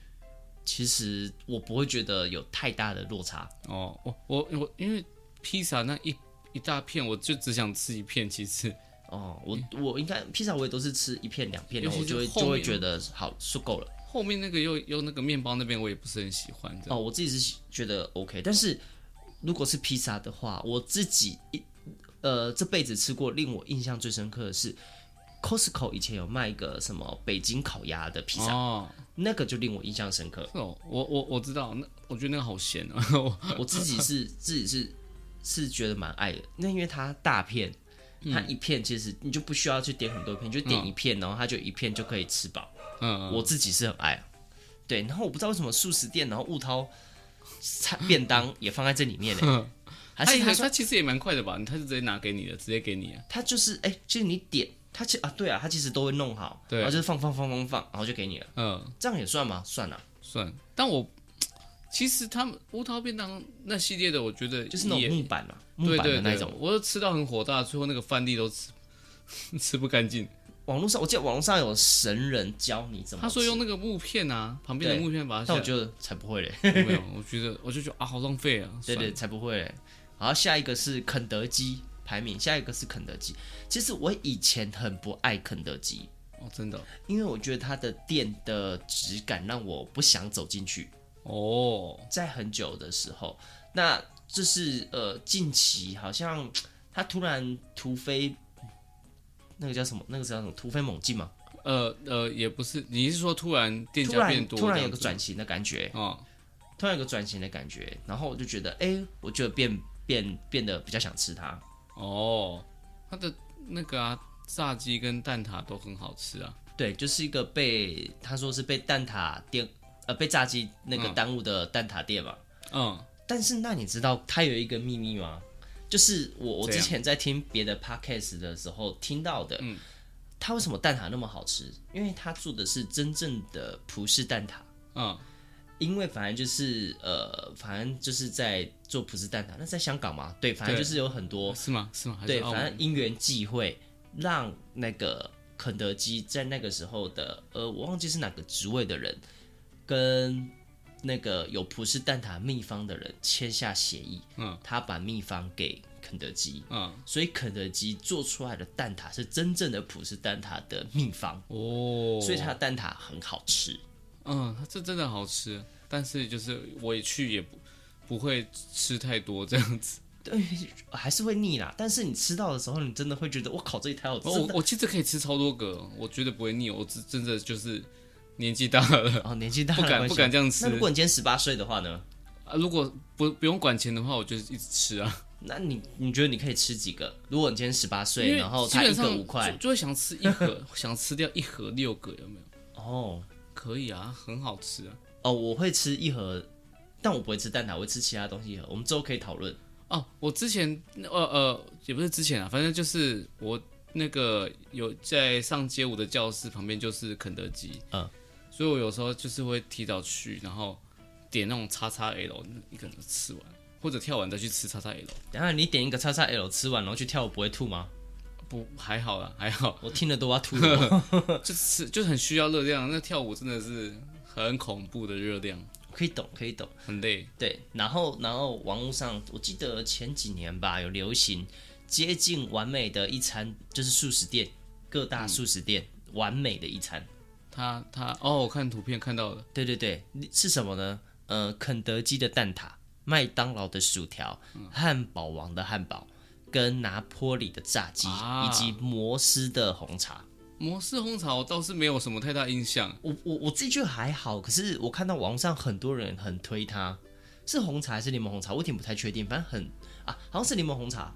Speaker 2: 其实我不会觉得有太大的落差。
Speaker 3: 哦，我我我，因为披萨那一一大片，我就只想吃一片。其实，
Speaker 2: 哦，我我应该披萨我也都是吃一片两片，
Speaker 3: 尤
Speaker 2: 然
Speaker 3: 其
Speaker 2: 后我就会
Speaker 3: 是后面
Speaker 2: 就会觉得好是够了。
Speaker 3: 后面那个又又那个面包那边，我也不是很喜欢的。
Speaker 2: 哦，我自己是觉得 OK，但是如果是披萨的话，我自己一呃这辈子吃过令我印象最深刻的是 Costco 以前有卖一个什么北京烤鸭的披萨，
Speaker 3: 哦，
Speaker 2: 那个就令我印象深刻。
Speaker 3: 是哦，我我我知道，那我觉得那个好咸啊。我
Speaker 2: 我自己是自己是是觉得蛮爱的，那因为它大片，它
Speaker 3: 嗯
Speaker 2: 一片其实你就不需要去点很多片，你就点一片，然后它就一片就可以吃饱。
Speaker 3: 嗯，
Speaker 2: 我自己是很爱。对，然后我不知道为什么素食店，然后雾涛菜便当也放在这里面呢，还
Speaker 3: 他嗯
Speaker 2: 是
Speaker 3: 也
Speaker 2: 他
Speaker 3: 他其实也蛮快的吧？他是直接拿给你的，直接给你啊。
Speaker 2: 他就是哎、其实你点他其啊对啊，他其实都会弄好，
Speaker 3: 对
Speaker 2: 然后就是放放放放放，然后就给你了，
Speaker 3: 嗯，
Speaker 2: 这样也算吗？算啊了，
Speaker 3: 算。但我其实他们乌涛便当那系列的，我觉得
Speaker 2: 就是那
Speaker 3: 也
Speaker 2: 种木板嘛，木
Speaker 3: 对
Speaker 2: 板
Speaker 3: 对
Speaker 2: 的那
Speaker 3: 对，
Speaker 2: 一种。
Speaker 3: 我都吃到很火大，最后那个饭粒都吃 吃不干净。
Speaker 2: 网络上我记得网络上有神人教你怎么
Speaker 3: 他
Speaker 2: 吃，
Speaker 3: 说用那个木片啊，旁边的
Speaker 2: 对
Speaker 3: 木片把它
Speaker 2: 但我
Speaker 3: 下。
Speaker 2: 觉得才不 会嘞，
Speaker 3: 没有，我觉得我就觉得啊，好浪费啊。
Speaker 2: 对
Speaker 3: 算
Speaker 2: 对，
Speaker 3: 了，
Speaker 2: 才不会嘞。然后下一个是肯德基排名，下一个是肯德基。其实我以前很不爱肯德基，
Speaker 3: 哦，真的
Speaker 2: 因为我觉得它的店的质感让我不想走进去，
Speaker 3: 哦，
Speaker 2: 在很久的时候，那这是呃近期好像它突然突飞，那个叫什么？那个叫什么？突飞猛进嘛，
Speaker 3: 呃呃，也不是，你是说突然店
Speaker 2: 突
Speaker 3: 家变
Speaker 2: 然
Speaker 3: 多，
Speaker 2: 突然有个转型的感觉，
Speaker 3: 啊，
Speaker 2: 突然有个转型的感觉，然后我就觉得，哎、我觉得变变变得比较想吃它。
Speaker 3: 哦，它的那个啊，炸鸡跟蛋挞都很好吃啊。
Speaker 2: 对，就是一个被他说是被蛋挞店呃被炸鸡那个耽误的蛋挞店嘛，
Speaker 3: 嗯，
Speaker 2: 但是那你知道它有一个秘密吗？就是我我
Speaker 3: 怎
Speaker 2: 之
Speaker 3: 样
Speaker 2: 前在听别的 podcast 的时候听到的，嗯，它为什么蛋挞那么好吃？因为它做的是真正的葡式蛋挞，
Speaker 3: 嗯，
Speaker 2: 因为反正就是呃，反正就是在做葡式蛋挞，那在香港嘛，对，反正就是有很多
Speaker 3: 哦是吗？是吗？还是
Speaker 2: 对，
Speaker 3: 澳
Speaker 2: 反
Speaker 3: 门
Speaker 2: 正因缘际会，让那个肯德基在那个时候的呃，我忘记是哪个职位的人，跟那个有葡式蛋挞秘方的人签下协议，
Speaker 3: 嗯，
Speaker 2: 他把秘方给肯德基，
Speaker 3: 嗯，
Speaker 2: 所以肯德基做出来的蛋挞是真正的葡式蛋挞的秘方，
Speaker 3: 哦，
Speaker 2: 所以它的蛋挞很好吃。
Speaker 3: 嗯，它这真的好吃，但是就是我也去也不不会吃太多这样子。
Speaker 2: 对，还是会腻啦。但是你吃到的时候，你真的会觉得，我靠，这一台好吃。
Speaker 3: 我
Speaker 2: 真的
Speaker 3: 哦我其实可以吃超多个，我绝对不会腻。我真真的就是年纪大了，
Speaker 2: 哦，年纪大了
Speaker 3: 不敢
Speaker 2: 关系
Speaker 3: 不敢这样吃
Speaker 2: 那如果你今天十八岁的话呢？
Speaker 3: 啊、如果不不用管钱的话，我就一直吃啊。
Speaker 2: 那你你觉得你可以吃几个？如果你今天十八
Speaker 3: 因
Speaker 2: 岁，
Speaker 3: 为
Speaker 2: 然后
Speaker 3: 基
Speaker 2: 它
Speaker 3: 本
Speaker 2: 一个
Speaker 3: 上
Speaker 2: 五块
Speaker 3: 就，就会想吃一盒， 想吃掉一盒六个，有没有？
Speaker 2: 哦
Speaker 3: 可以啊，很好吃啊。
Speaker 2: 哦，我会吃一盒，但我不会吃蛋挞，我会吃其他东西一盒。我们之后可以讨论。
Speaker 3: 哦，我之前呃呃，也不是之前啊，反正就是我那个有在上街舞的教室旁边就是肯德基，
Speaker 2: 嗯，
Speaker 3: 所以我有时候就是会提早去，然后点那种叉叉 L，一个人吃完，或者跳完再去吃叉叉 L，
Speaker 2: 等一下你点一个叉叉 L 吃完，然后去跳，不会吐吗？
Speaker 3: 不还好啦，还 好，
Speaker 2: 我听了都要吐 了。
Speaker 3: 就是就是很需要热量，那跳舞真的是很恐怖的热量，
Speaker 2: 可以懂，可以懂。
Speaker 3: 很累。
Speaker 2: 对，然后然后网络上，我记得前几年吧，有流行接近完美的一餐，就是素食店，各
Speaker 3: 嗯
Speaker 2: 大素食店、完美的一餐。
Speaker 3: 他他哦，我看图片看到了，
Speaker 2: 对对对，是什么呢？呃，肯德基的蛋挞、麦当劳的薯条、汉堡王的汉堡，跟拿坡里的炸鸡，
Speaker 3: 啊
Speaker 2: 以及摩斯的红茶。
Speaker 3: 摩斯红茶我倒是没有什么太大印象，
Speaker 2: 我我我自己觉得还好，可是我看到网上很多人很推它，是红茶还是柠檬红茶？我有点不太确定，反正很啊，好像是柠檬红茶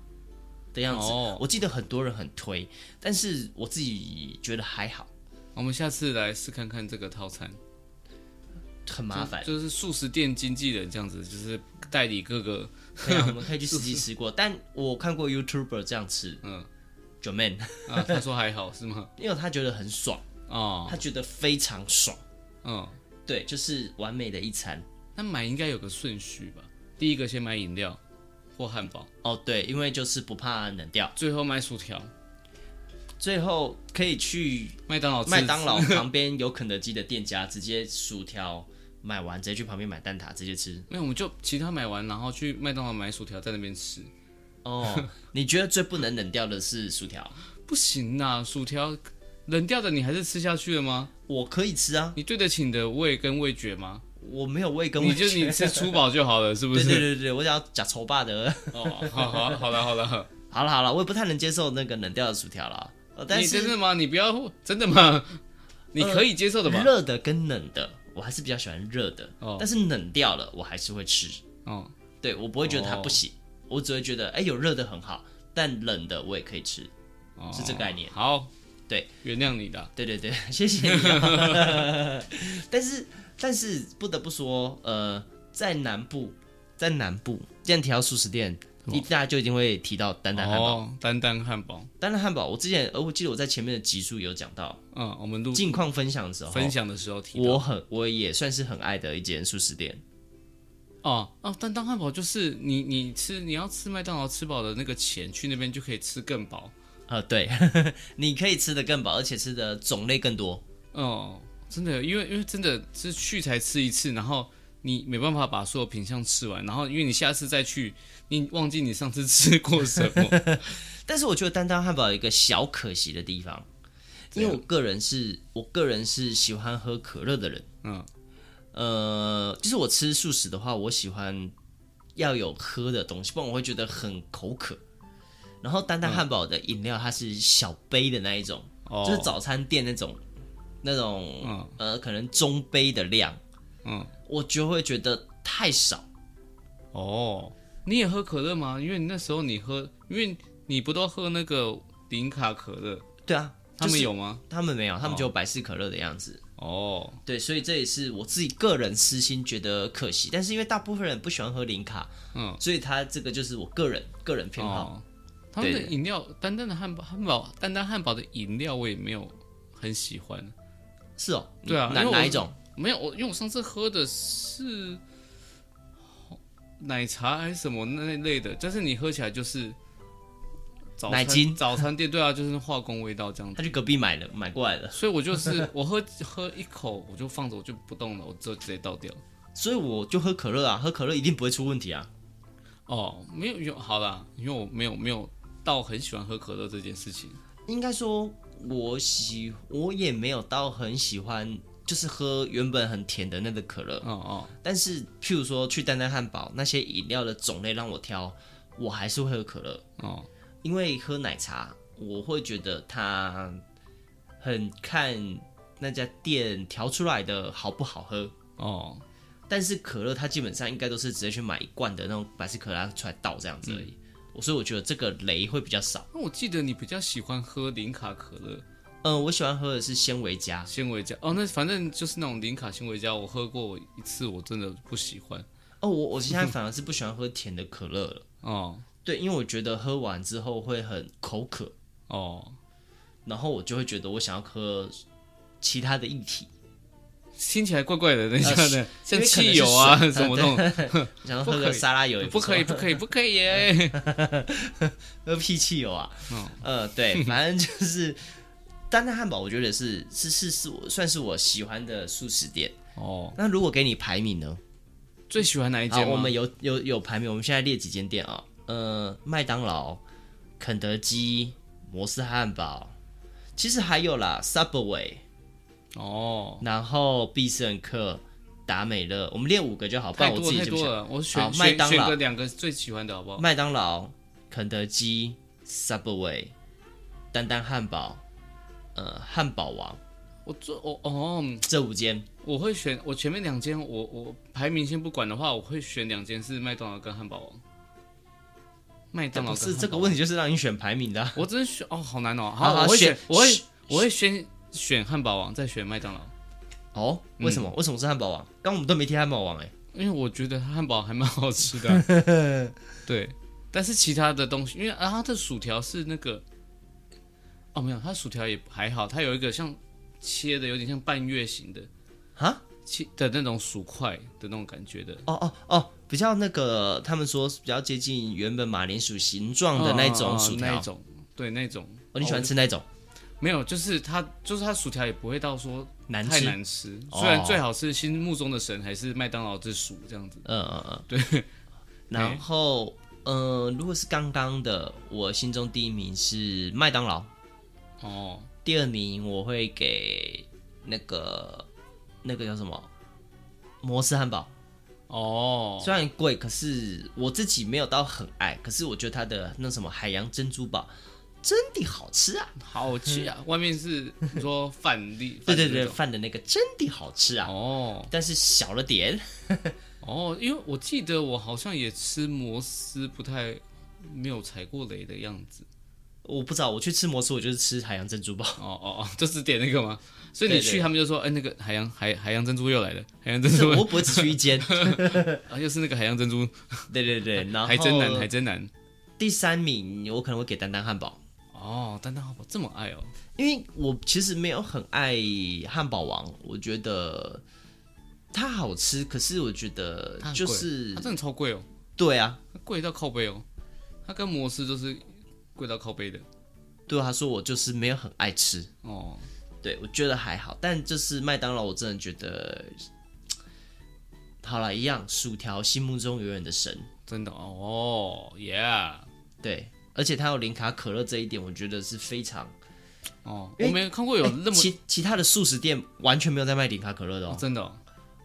Speaker 2: 的样子。
Speaker 3: 哦
Speaker 2: 我记得很多人很推，但是我自己觉得还好，
Speaker 3: 我们下次来试看看这个套餐。
Speaker 2: 很麻烦。
Speaker 3: 就就是素食店经纪人这样子，就是代理各个
Speaker 2: 对啊，我们可以去实际吃过，但我看过 YouTuber 这样吃，
Speaker 3: 嗯
Speaker 2: 九 man，
Speaker 3: 啊，他说还好是吗？
Speaker 2: 因为他觉得很爽，
Speaker 3: 哦，
Speaker 2: 他觉得非常爽。
Speaker 3: 嗯，
Speaker 2: 对，就是完美的一餐。
Speaker 3: 那买应该有个顺序吧？第一个先买饮料或汉堡，
Speaker 2: 哦，对，因为就是不怕冷掉，
Speaker 3: 最后买薯条。
Speaker 2: 最后可以去
Speaker 3: 麦当劳哦吃
Speaker 2: 麦当劳旁边有肯德基的店家，直接薯条买完，直接去旁边买蛋挞，直接吃。
Speaker 3: 没有，我们就其他买完，然后去麦当劳买薯条，在那边吃。
Speaker 2: 哦，你觉得最不能冷掉的是薯条？
Speaker 3: 不行啊，薯条冷掉的你还是吃下去了吗？
Speaker 2: 我可以吃啊，
Speaker 3: 你对得起你的胃跟味觉吗？
Speaker 2: 我没有胃跟
Speaker 3: 你
Speaker 2: 味觉
Speaker 3: 就你吃粗饱就好了，是不
Speaker 2: 对
Speaker 3: 是？
Speaker 2: 对对对，我想要假丑霸的。
Speaker 3: 哦，好好好了好了，
Speaker 2: 好了好了，我也不太能接受那个冷掉的薯条啦。呃但
Speaker 3: 你真
Speaker 2: 是
Speaker 3: 的吗？你不要真的吗？你可以接受的吧？
Speaker 2: 热的跟冷的，我还是比较喜欢热的。
Speaker 3: 哦
Speaker 2: 但是冷掉了，我还是会吃。
Speaker 3: 哦，
Speaker 2: 对我不会觉得它不行，我只会觉得哎、有热的很好，但冷的我也可以吃。
Speaker 3: 哦
Speaker 2: 是这概念
Speaker 3: 好，
Speaker 2: 对，
Speaker 3: 原谅你的。
Speaker 2: 对对 对，谢谢你、啊。 但是但是不得不说，呃，在南部，在南部，既然提到素食店，一大家就一定会提到丹丹汉堡。
Speaker 3: 哦，丹丹汉堡，
Speaker 2: 丹丹汉堡，我之前呃，我记得我在前面的集数有讲到
Speaker 3: 嗯，我们录
Speaker 2: 近况分享的时候，
Speaker 3: 分享的时候提到。
Speaker 2: 我很我也算是很爱的一间素食店。
Speaker 3: 哦哦，丹丹汉堡就是你你吃你要吃麦当劳吃饱的那个钱，去那边就可以吃更饱。
Speaker 2: 呃，对， 你可以吃的更饱，而且吃的种类更多。
Speaker 3: 哦，真的，因为因为真的是去才吃一次，然后你没办法把所有品相吃完，然后因为你下次再去，你忘记你上次吃过什 么。
Speaker 2: 但是我觉得丹丹汉堡有一个小可惜的地方，因为我个人是我个人是喜欢喝可乐的人。
Speaker 3: 嗯，
Speaker 2: 呃，就是我吃素食的话，我喜欢要有喝的东西，不然我会觉得很口渴。然后丹丹汉堡的饮料它是小杯的那一种，
Speaker 3: 哦，
Speaker 2: 就是早餐店那种那种、呃可能中杯的量，
Speaker 3: 嗯，
Speaker 2: 我就会觉得太少。
Speaker 3: 哦，你也喝可乐吗？因为你那时候你喝，因为你不都喝那个零卡可乐，
Speaker 2: 对啊，
Speaker 3: 他
Speaker 2: 就
Speaker 3: 们
Speaker 2: 是
Speaker 3: 有吗？
Speaker 2: 他们没有，他们只有百事可乐的样子。
Speaker 3: 哦，
Speaker 2: 对，所以这也是我自己个人私心觉得可惜，但是因为大部分人不喜欢喝零卡，
Speaker 3: 嗯，
Speaker 2: 所以他这个就是我个人个人偏好。
Speaker 3: 哦。他们的
Speaker 2: 对
Speaker 3: 饮料，丹丹的汉堡，汉堡，丹丹汉堡的饮料我也没有很喜欢。
Speaker 2: 是哦，
Speaker 3: 对啊因
Speaker 2: 哪
Speaker 3: 为我
Speaker 2: 哪一种？
Speaker 3: 没有我，因为我上次喝的是奶茶还是什么那类的，但是你喝起来就是早餐
Speaker 2: 奶精
Speaker 3: 早餐店，对啊，就是化工味道这样子。
Speaker 2: 他去隔壁买了，买过来了。
Speaker 3: 所以我就是 我喝喝一口，我就放着，我就不动了，我就直接倒掉。
Speaker 2: 所以我就喝可乐啊，喝可乐一定不会出问题啊。
Speaker 3: 哦，没有有好啦，因为我没有没有到很喜欢喝可乐这件事情。
Speaker 2: 应该说，我喜我也没有到很喜欢，就是喝原本很甜的那个可乐。
Speaker 3: 哦哦，
Speaker 2: 但是譬如说去丹丹汉堡那些饮料的种类让我挑，我还是会喝可乐。
Speaker 3: 哦，
Speaker 2: 因为喝奶茶，我会觉得它很看那家店调出来的好不好喝。
Speaker 3: 哦，
Speaker 2: 但是可乐它基本上应该都是直接去买一罐的那种百事可乐出来倒这样子而已，
Speaker 3: 嗯
Speaker 2: 我所以我觉得这个雷会比较少。
Speaker 3: 那我记得你比较喜欢喝零卡可乐、
Speaker 2: 嗯，我喜欢喝的是纤维加，
Speaker 3: 纤维加。哦，那反正就是那种零卡纤维加，我喝过一次，我真的不喜欢。
Speaker 2: 哦，我我现在反而是不喜欢喝甜的可乐了，
Speaker 3: 哦
Speaker 2: 对，因为我觉得喝完之后会很口渴，
Speaker 3: 哦，
Speaker 2: 然后我就会觉得我想要喝其他的液体，
Speaker 3: 听起来怪怪的，等一下
Speaker 2: 呃
Speaker 3: 的，
Speaker 2: 因
Speaker 3: 像
Speaker 2: 为可能
Speaker 3: 汽
Speaker 2: 是
Speaker 3: 油啊
Speaker 2: 水呃
Speaker 3: 什么那 种，
Speaker 2: 想要
Speaker 3: 不
Speaker 2: 喝
Speaker 3: 可
Speaker 2: 个
Speaker 3: 以
Speaker 2: 沙拉油也
Speaker 3: 不
Speaker 2: 错
Speaker 3: 可以，不可以，不可以 耶！
Speaker 2: 喝屁汽油啊，
Speaker 3: 哦
Speaker 2: 呃，对，反 正就是丹丹汉堡，我觉得是是是是我算是我喜欢的素食店。
Speaker 3: 哦，
Speaker 2: 那如果给你排名呢？
Speaker 3: 最喜欢哪一
Speaker 2: 好，
Speaker 3: 间吗？
Speaker 2: 我们有有有排名，我们现在列几间店啊、呃，麦当劳、肯德基、摩斯汉堡，其实还有啦，Subway，
Speaker 3: 哦，
Speaker 2: 然后必胜客、达美乐，我们列五个就好，不
Speaker 3: 太
Speaker 2: 然我自
Speaker 3: 多
Speaker 2: 己
Speaker 3: 太
Speaker 2: 就不
Speaker 3: 多
Speaker 2: 想。
Speaker 3: 了，我选
Speaker 2: 好麦
Speaker 3: 选
Speaker 2: 当劳
Speaker 3: 选个两个最喜欢的好不好？
Speaker 2: 麦当劳、肯德基、Subway、丹丹汉堡、呃汉堡王
Speaker 3: 我做我哦，嗯
Speaker 2: 这五间，
Speaker 3: 我会选我前面两间，我我排名先不管的话，我会选两间是麦当劳跟汉堡王。麦当劳
Speaker 2: 不
Speaker 3: 跟汉堡
Speaker 2: 是
Speaker 3: 王
Speaker 2: 哎这个问题，就是让你选排名的啊、
Speaker 3: 我真的选哦，好难哦。
Speaker 2: 好好
Speaker 3: 我会
Speaker 2: 选
Speaker 3: 选，我会
Speaker 2: 选
Speaker 3: 我会先选汉堡王，再选麦当劳，
Speaker 2: 哦。为什么？为什么是汉堡王？刚刚我们都没提汉堡王哎、
Speaker 3: 因为我觉得汉堡还蛮好吃的啊、 对，但是其他的东西，因为啊，它的薯条是那个哦，没有，它薯条也还好，它有一个像切的有点像半月形的
Speaker 2: 啊？
Speaker 3: 切的那种薯块的那种感觉的。
Speaker 2: 哦哦哦，比较那个，他们说比较接近原本马铃薯形状的那种
Speaker 3: 哦哦
Speaker 2: 薯
Speaker 3: 哦
Speaker 2: 条
Speaker 3: 那。种对那种。
Speaker 2: 哦，你喜欢吃那种？
Speaker 3: 没有，就是它，就是它薯条也不会到说
Speaker 2: 难
Speaker 3: 太
Speaker 2: 吃
Speaker 3: 难吃。
Speaker 2: 哦
Speaker 3: 虽然最好是心目中的神还是麦当劳之薯这样子。
Speaker 2: 嗯嗯嗯，对。然后，呃，如果是刚刚的，我心中第一名是麦当劳，
Speaker 3: 哦，
Speaker 2: 第二名我会给那个那个叫什么摩斯汉堡，
Speaker 3: 哦，
Speaker 2: 虽然贵，可是我自己没有到很爱，可是我觉得它的那什么海洋珍珠堡真的好吃啊！
Speaker 3: 好吃啊！外面是你说饭粒，
Speaker 2: 对
Speaker 3: 饭
Speaker 2: 对
Speaker 3: 的
Speaker 2: 对，
Speaker 3: 那种。
Speaker 2: 饭的那个真的好吃啊！
Speaker 3: 哦
Speaker 2: 但是小了点。
Speaker 3: 哦，因为我记得我好像也吃摩斯，不太没有踩过雷的样子。
Speaker 2: 我不知道，我去吃摩斯，我就是吃海洋珍 珠堡。
Speaker 3: 哦哦 哦，就是点那个吗？所以你
Speaker 2: 对对
Speaker 3: 去，他们就说，哎，那个海洋海海洋珍珠又来了，海洋珍
Speaker 2: 是
Speaker 3: 珠，
Speaker 2: 我不会只去一 间。
Speaker 3: 啊，又是那个海洋珍珠，
Speaker 2: 对对对，然后
Speaker 3: 海真难，海真难。
Speaker 2: 第三名我可能会给丹丹汉堡，
Speaker 3: 哦，丹丹汉堡这么爱哦，
Speaker 2: 因为我其实没有很爱汉堡王，我觉得它好吃，可是我觉得
Speaker 3: 它很贵
Speaker 2: 呃就是
Speaker 3: 它真的超贵哦，
Speaker 2: 对啊，
Speaker 3: 它贵到靠背哦，它跟摩斯就是贵到靠背的
Speaker 2: 对啊他说我就是没有很爱吃，
Speaker 3: 哦。
Speaker 2: 对我觉得还好，但就是麦当劳我真的觉得。好了，一样，薯条心目中永远的神。
Speaker 3: 真的哦，Yeah，
Speaker 2: 对，而且它有零卡可乐这一点，我觉得是非常。哎
Speaker 3: 哦，我没有看过有那么、
Speaker 2: 其其他的素食店完全没有在卖零卡可乐的
Speaker 3: 哦
Speaker 2: 哦。
Speaker 3: 真的、哦，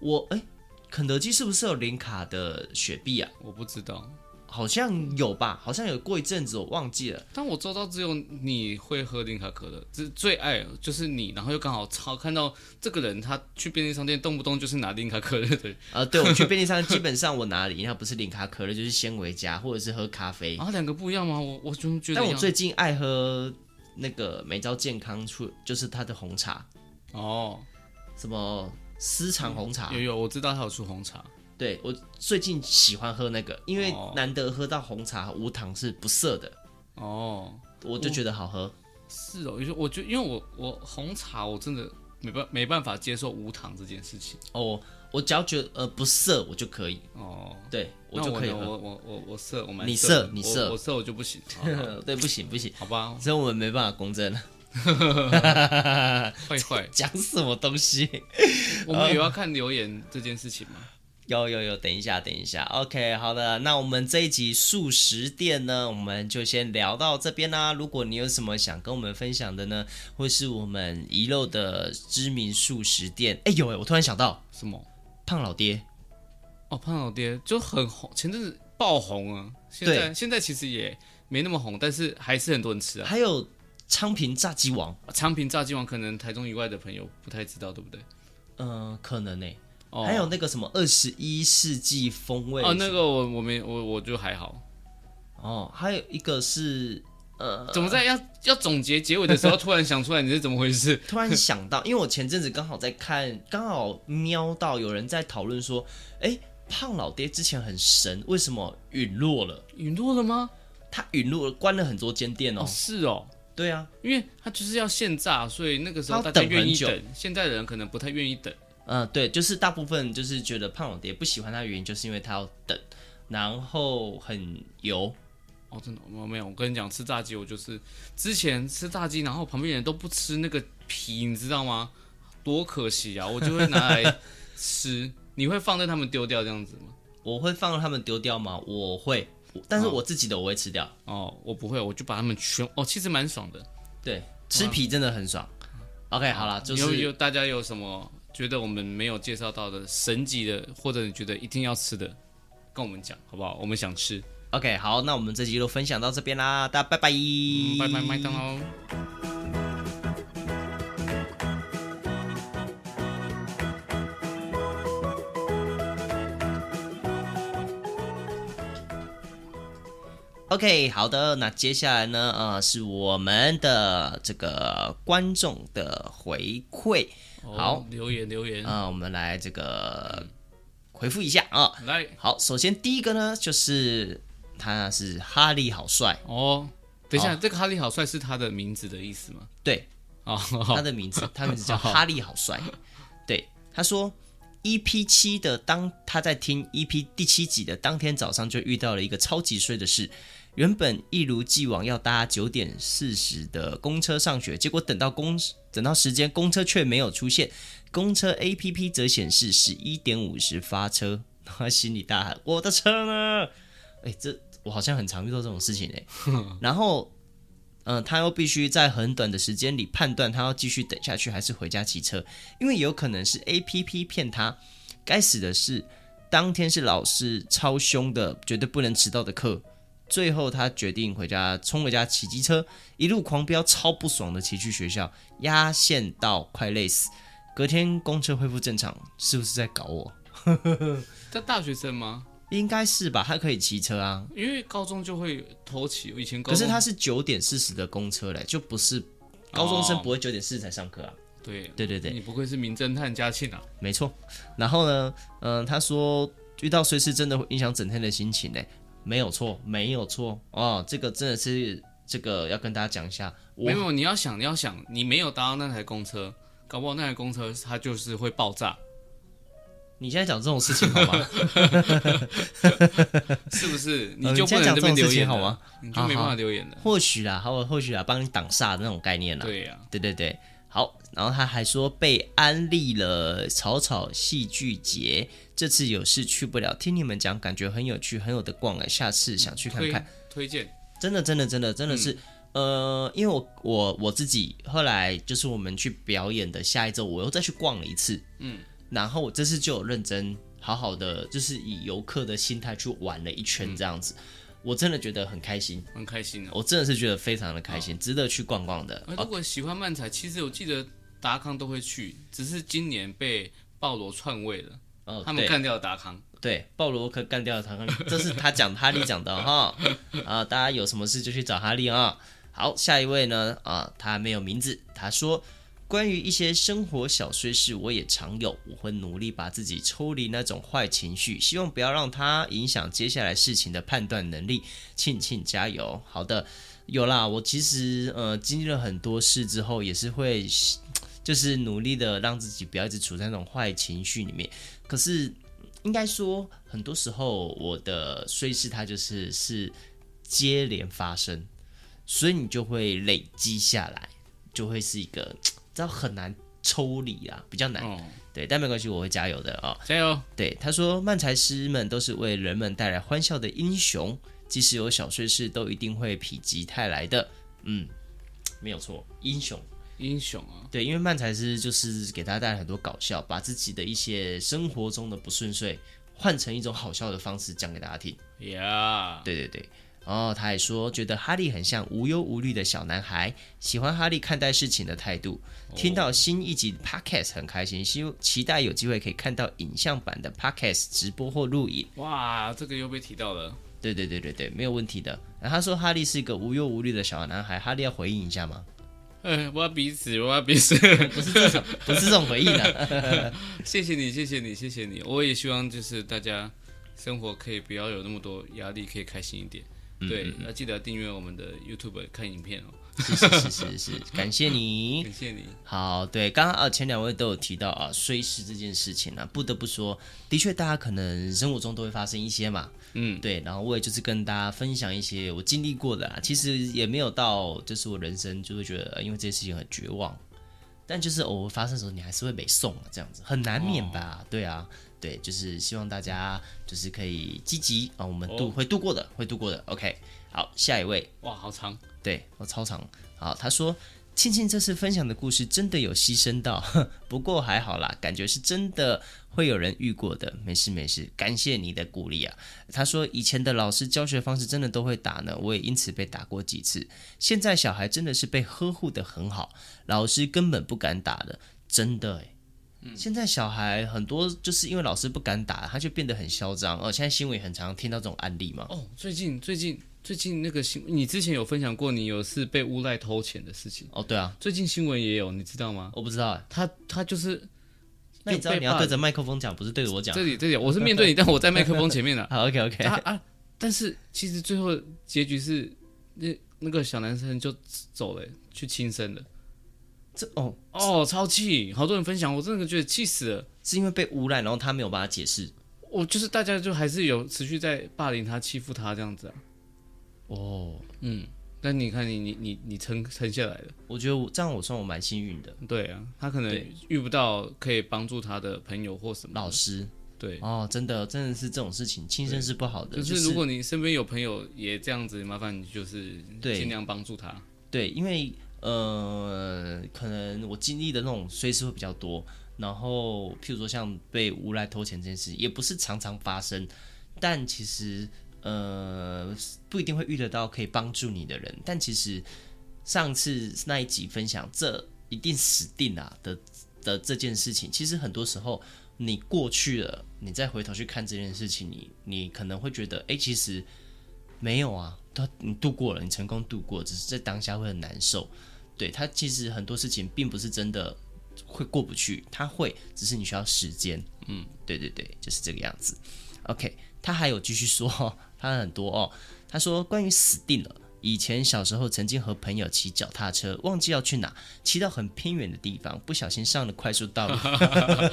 Speaker 2: 我哎、肯德基是不是有零卡的雪碧啊？
Speaker 3: 我不知道。
Speaker 2: 好像有吧，好像有过一阵子我忘记了。
Speaker 3: 但我周遭只有你会喝零卡可乐，只最爱就是你，然后又刚好超看到这个人，他去便利商店动不动就是拿零卡可乐的人，
Speaker 2: 呃，对我去便利商店，基本上我拿的饮料不是零卡可乐，就是纤维加或者是喝咖啡。
Speaker 3: 啊，两个不一样吗？我我就觉得
Speaker 2: 但
Speaker 3: 一
Speaker 2: 我
Speaker 3: 样
Speaker 2: 最近爱喝那个美招健康处，就是它的红茶，
Speaker 3: 哦，
Speaker 2: 什么私藏红茶
Speaker 3: 有。有，我知道他有出红茶，
Speaker 2: 对我最近喜欢喝那个，因为
Speaker 3: 哦
Speaker 2: 难得喝到红茶无糖是不涩的，
Speaker 3: 哦，
Speaker 2: 我就觉得好喝。
Speaker 3: 是哦，有些我觉得因为我我红茶我真的没办没办法接受无糖这件事情。
Speaker 2: 哦，我只要觉得呃不涩我就可以，
Speaker 3: 哦，
Speaker 2: 对我
Speaker 3: 那
Speaker 2: 就
Speaker 3: 我
Speaker 2: 可以
Speaker 3: 呢
Speaker 2: 喝。
Speaker 3: 我我我我色，我蛮
Speaker 2: 你
Speaker 3: 色的，
Speaker 2: 色你
Speaker 3: 我
Speaker 2: 色
Speaker 3: 我色我就不行。好好
Speaker 2: 对，不行不行，
Speaker 3: 好 吧，
Speaker 2: 所以我们没办法 公正了。
Speaker 3: 会会，
Speaker 2: 讲什么东西？
Speaker 3: 我
Speaker 2: 啊
Speaker 3: 们有要看留言这件事情吗？
Speaker 2: 有有有，等一下，等一下，OK，好的，那我们这一集素食店呢，我们就先聊到这边啦。如果你有什么想跟我们分享的呢，或是我们遗漏的知名素食店，哎、有哎、我突然想到
Speaker 3: 什么？
Speaker 2: 胖老爹，
Speaker 3: 哦，胖老爹就很红，前阵子爆红啊，现在现在其实也没那么红，但是还是很多人吃啊。
Speaker 2: 还有昌平炸鸡王，
Speaker 3: 长平炸鸡王可能台中以外的朋友不太知道，对不对？
Speaker 2: 嗯、可能哎、
Speaker 3: 哦，
Speaker 2: 还有那个什么二十一世纪风味
Speaker 3: 哦，那个我我没我我就还好。
Speaker 2: 哦，还有一个是呃，
Speaker 3: 怎么在要要总结结尾的时候，突然想出来你是怎么回事？
Speaker 2: 突然想到，因为我前阵子刚好在看， 刚好瞄到有人在讨论说，哎，胖老爹之前很神，为什么陨落了？
Speaker 3: 陨落了吗？
Speaker 2: 他陨落了，关了很多间店哦
Speaker 3: 哦，。是哦，
Speaker 2: 对啊，
Speaker 3: 因为他就是要现炸，所以那个时候
Speaker 2: 他
Speaker 3: 大
Speaker 2: 要
Speaker 3: 家
Speaker 2: 等
Speaker 3: 愿意
Speaker 2: 很久
Speaker 3: 等，现在的人可能不太愿意等。
Speaker 2: 嗯、对，就是大部分就是觉得胖老爹不喜欢他的原因，就是因为他要等，然后很油。
Speaker 3: 哦，真的，我没有。我跟你讲，吃炸鸡，我就是之前吃炸鸡，然后旁边人都不吃那个皮，你知道吗？多可惜啊！我就会拿 来吃。你会放在他们丢掉这样子吗？
Speaker 2: 我会放他们丢掉吗？我会，我但是
Speaker 3: 哦
Speaker 2: 我自己的我会吃掉。
Speaker 3: 哦，我不会，我就把它们全哦，其实蛮爽的。
Speaker 2: 对，吃皮真的很爽。OK，好啦，就
Speaker 3: 有
Speaker 2: 是
Speaker 3: 嗯有大家有什么觉得我们没有介绍到的神级的，或者你觉得一定要吃的，跟我们讲好不好？我们想吃，
Speaker 2: OK，好，那我们这集就分享到这边啦，大家拜拜，
Speaker 3: 嗯拜拜麦当劳。
Speaker 2: OK，好的，那接下来呢，呃，是我们的这个观众的回馈，
Speaker 3: 哦
Speaker 2: 好，
Speaker 3: 留言留言，
Speaker 2: 呃，我们来这个回复一下啊、
Speaker 3: 来
Speaker 2: 好，首先第一个呢，就是他是哈利，好帅，
Speaker 3: 哦。等一下，这个哈利好帅是他的名字的意思吗？
Speaker 2: 对，
Speaker 3: 哦，
Speaker 2: 他的名字，他名字叫哈利，好帅。对，他说 EP 七的当他在听 EP 第七集的当天早上，就遇到了一个超级衰的事。原本一如既往要搭九点四十的公车上学，结果等到公等到时间，公车却没有出现，公车 APP 则显示十一点五十发车。他心里大喊：“我的车呢？”哎、这我好像很常遇到这种事情哎、然后嗯，他又必须在很短的时间里判断他要继续等下去还是回家骑车，因为有可能是 A P P 骗他。该死的是，当天是老师超凶的，绝对不能迟到的课。最后他决定回家，冲回家骑机车，一路狂飙，超不爽的骑去学校，压线到快累死。隔天公车恢复正常，是不是在搞我？
Speaker 3: 这大学生吗？
Speaker 2: 应该是吧，他可以骑车啊。
Speaker 3: 因为高中就会偷骑，以前高
Speaker 2: 可
Speaker 3: 中
Speaker 2: 是他是九点四十的公车嘞，就不是高中生
Speaker 3: 哦
Speaker 2: 不会九点四十才上课啊。
Speaker 3: 对
Speaker 2: 对对对，
Speaker 3: 你不愧是名侦探嘉庆啊！
Speaker 2: 没错。然后呢，嗯、他说遇到碎事真的会影响整天的心情呢，没有错，没有错哦，这个真的是这个要跟大家讲一下，我
Speaker 3: 没有，你要想，你要想，你没有搭到那台公车，搞不好那台公车它就是会爆 炸，
Speaker 2: 你现在讲这种事情好吗？
Speaker 3: 是不是？
Speaker 2: 呃
Speaker 3: 你就
Speaker 2: 你
Speaker 3: 不
Speaker 2: 现
Speaker 3: 能
Speaker 2: 在
Speaker 3: 这
Speaker 2: 讲这
Speaker 3: 边
Speaker 2: 种
Speaker 3: 留
Speaker 2: 事
Speaker 3: 言了
Speaker 2: 情好吗？
Speaker 3: 你就没办法留言了。
Speaker 2: 或许啦，或或许啦，帮你挡煞的那种概念啦。
Speaker 3: 对呀、
Speaker 2: 对对对，好，然后他还说被安利了草草戏剧节，这次有事去不了，听你们讲感觉很有趣，很有得逛哎，下次想去看看
Speaker 3: 推。推荐
Speaker 2: 真的，真的，真的，真的是，
Speaker 3: 嗯
Speaker 2: 呃，因为我我我自己后来就是我们去表演的下一周，我又再去逛了一次，嗯，然后我这次就有认真好好的，就是以游客的心态去玩了一
Speaker 3: 嗯
Speaker 2: 圈这样子，我真的觉得很开心，
Speaker 3: 很开心哦。
Speaker 2: 我真的是觉得非常的开心，值得去逛逛的。
Speaker 3: 呃如果喜欢漫才，其实我记得达康都会去，只是今年被鲍罗篡位了，
Speaker 2: 哦，
Speaker 3: 他们
Speaker 2: 对
Speaker 3: 干掉了达康。
Speaker 2: 对，鲍罗克干掉了他， 这是他讲哈利讲的哈啊，大家有什么事就去找哈利啊。好，下一位呢啊，他没有名字，他说关于一些生活小碎事，我也常有，我会努力把自己抽离那种坏情绪，希望不要让它影响接下来事情的判断能力。庆庆加油！好的，有啦，我其实呃经历了很多事之后，也是会就是努力的让自己不要一直处在那种坏情绪里面。可是应该说，很多时候我的衰事它就是是接连发生，所以你就会累积下来，就会是一个知道很难抽离啊，比较难。
Speaker 3: 哦，
Speaker 2: 对，但没关系，我会加油的啊、
Speaker 3: 加油！
Speaker 2: 对，他说，漫才师们都是为人们带来欢笑的英雄，即使有小碎事，都一定会否极泰来的。嗯，没有错，英雄。
Speaker 3: 英雄啊，
Speaker 2: 对，因为漫才师就是给大家带来很多搞笑，把自己的一些生活中的不顺遂，换成一种好笑的方式讲给大家听。
Speaker 3: 呀、
Speaker 2: 对对对。然后他还说，觉得哈利很像无忧无虑的小男孩，喜欢哈利看待事情的态度。听到新一集 podcast 很开心，希期待有机会可以看到影像版的 podcast 直播或录影。
Speaker 3: 哇，这个又被提到了。
Speaker 2: 对对对对对，没有问题的。然后他说哈利是一个无忧无虑的小男孩，哈利要回应一下吗？
Speaker 3: 呃，我要鼻子，我要鼻 子。
Speaker 2: 不是这种，不是这种回应啊。
Speaker 3: 谢谢你，谢谢你，谢谢你。我也希望就是大家生活可以不要有那么多压力，可以开心一点。对，要记得订阅我们的 YouTube 看影嗯片哦。
Speaker 2: 是是是是是，感谢你。
Speaker 3: 感谢你，
Speaker 2: 好，对，刚刚啊，前两位都有提到啊，衰事这件事情啊，不得不说，的确大家可能生活中都会发生一些嘛，
Speaker 3: 嗯，
Speaker 2: 对，然后我也就是跟大家分享一些我经历过的啦，其实也没有到就是我人生就会觉得、呃因为这些事情很绝望，但就是偶尔发生的时候，你还是会被送啊，这样子很难免吧？对啊，对，就是希望大家就是可以积极啊，我们度、会度过的，会度过的。OK，好，下一位，
Speaker 3: 哇，好长，
Speaker 2: 对我超长。好，他说庆庆这次分享的故事真的有牺牲到， 不过还好啦，感觉是真的会有人遇过的。没事没事，感谢你的鼓励啊。他说以前的老师教学方式真的都会打呢，我也因此被打过几次。现在小孩真的是被呵护的很好，老师根本不敢打的，真的诶。现在小孩很多就是因为老师不敢打，他就变得很嚣张。哦，现在新闻也很常听到这种案例嘛。
Speaker 3: 哦，最近最近最近那个新，你之前有分享过你有是被诬赖偷钱的事情，
Speaker 2: 哦，对啊，
Speaker 3: 最近新闻也有，你知道吗？
Speaker 2: 我不知道哎。
Speaker 3: 他他就是
Speaker 2: 那你知道
Speaker 3: 就被
Speaker 2: 你要
Speaker 3: 霸
Speaker 2: 对着麦克风讲，不是对着我讲、
Speaker 3: 这。里这里，我是面对 你，但我在麦克风前面的
Speaker 2: 好，OK OK，
Speaker 3: 啊啊！但是其实最后结局是那那个小男生就走了，去轻生了。
Speaker 2: 这哦
Speaker 3: 哦，超气！好多人分享，我真的觉得气死了。
Speaker 2: 是因为被诬赖，然后他没有帮他解释。
Speaker 3: 我就是大家就还是有持续在霸凌他、欺负他这样子啊。
Speaker 2: 哦，
Speaker 3: 嗯，但你看你你你你撑撑下来了。
Speaker 2: 我觉得我这样我算我蛮幸运的。
Speaker 3: 对啊，他可能
Speaker 2: 对
Speaker 3: 遇不到可以帮助他的朋友或什么。
Speaker 2: 老师
Speaker 3: 对，
Speaker 2: 哦，真的真的是这种事情，亲身是不好的，
Speaker 3: 就
Speaker 2: 就是
Speaker 3: 如果你身边有朋友也这样子，麻烦你就是
Speaker 2: 对
Speaker 3: 尽量帮助他。
Speaker 2: 对，因为呃，可能我经历的那种衰事会比较多，然后譬如说像被诬赖偷钱这件事，也不是常常发生，但其实呃不一定会遇得到可以帮助你的人，但其实上次那一集分享这一定死定啊的的这件事情，其实很多时候。你过去了，你再回头去看这件事情，你你可能会觉得，哎、其实没有啊，他你度过了，你成功度过，只是在当下会很难受。对他其实很多事情并不是真的会过不去，他会，只是你需要时间。嗯，对对对，就是这个样子。OK，他还有继续说、哦，他很多哦。他说关于死定了，以前小时候曾经和朋友骑脚踏车，忘记要去哪，骑到很偏远的地方，不小心上了快速道路。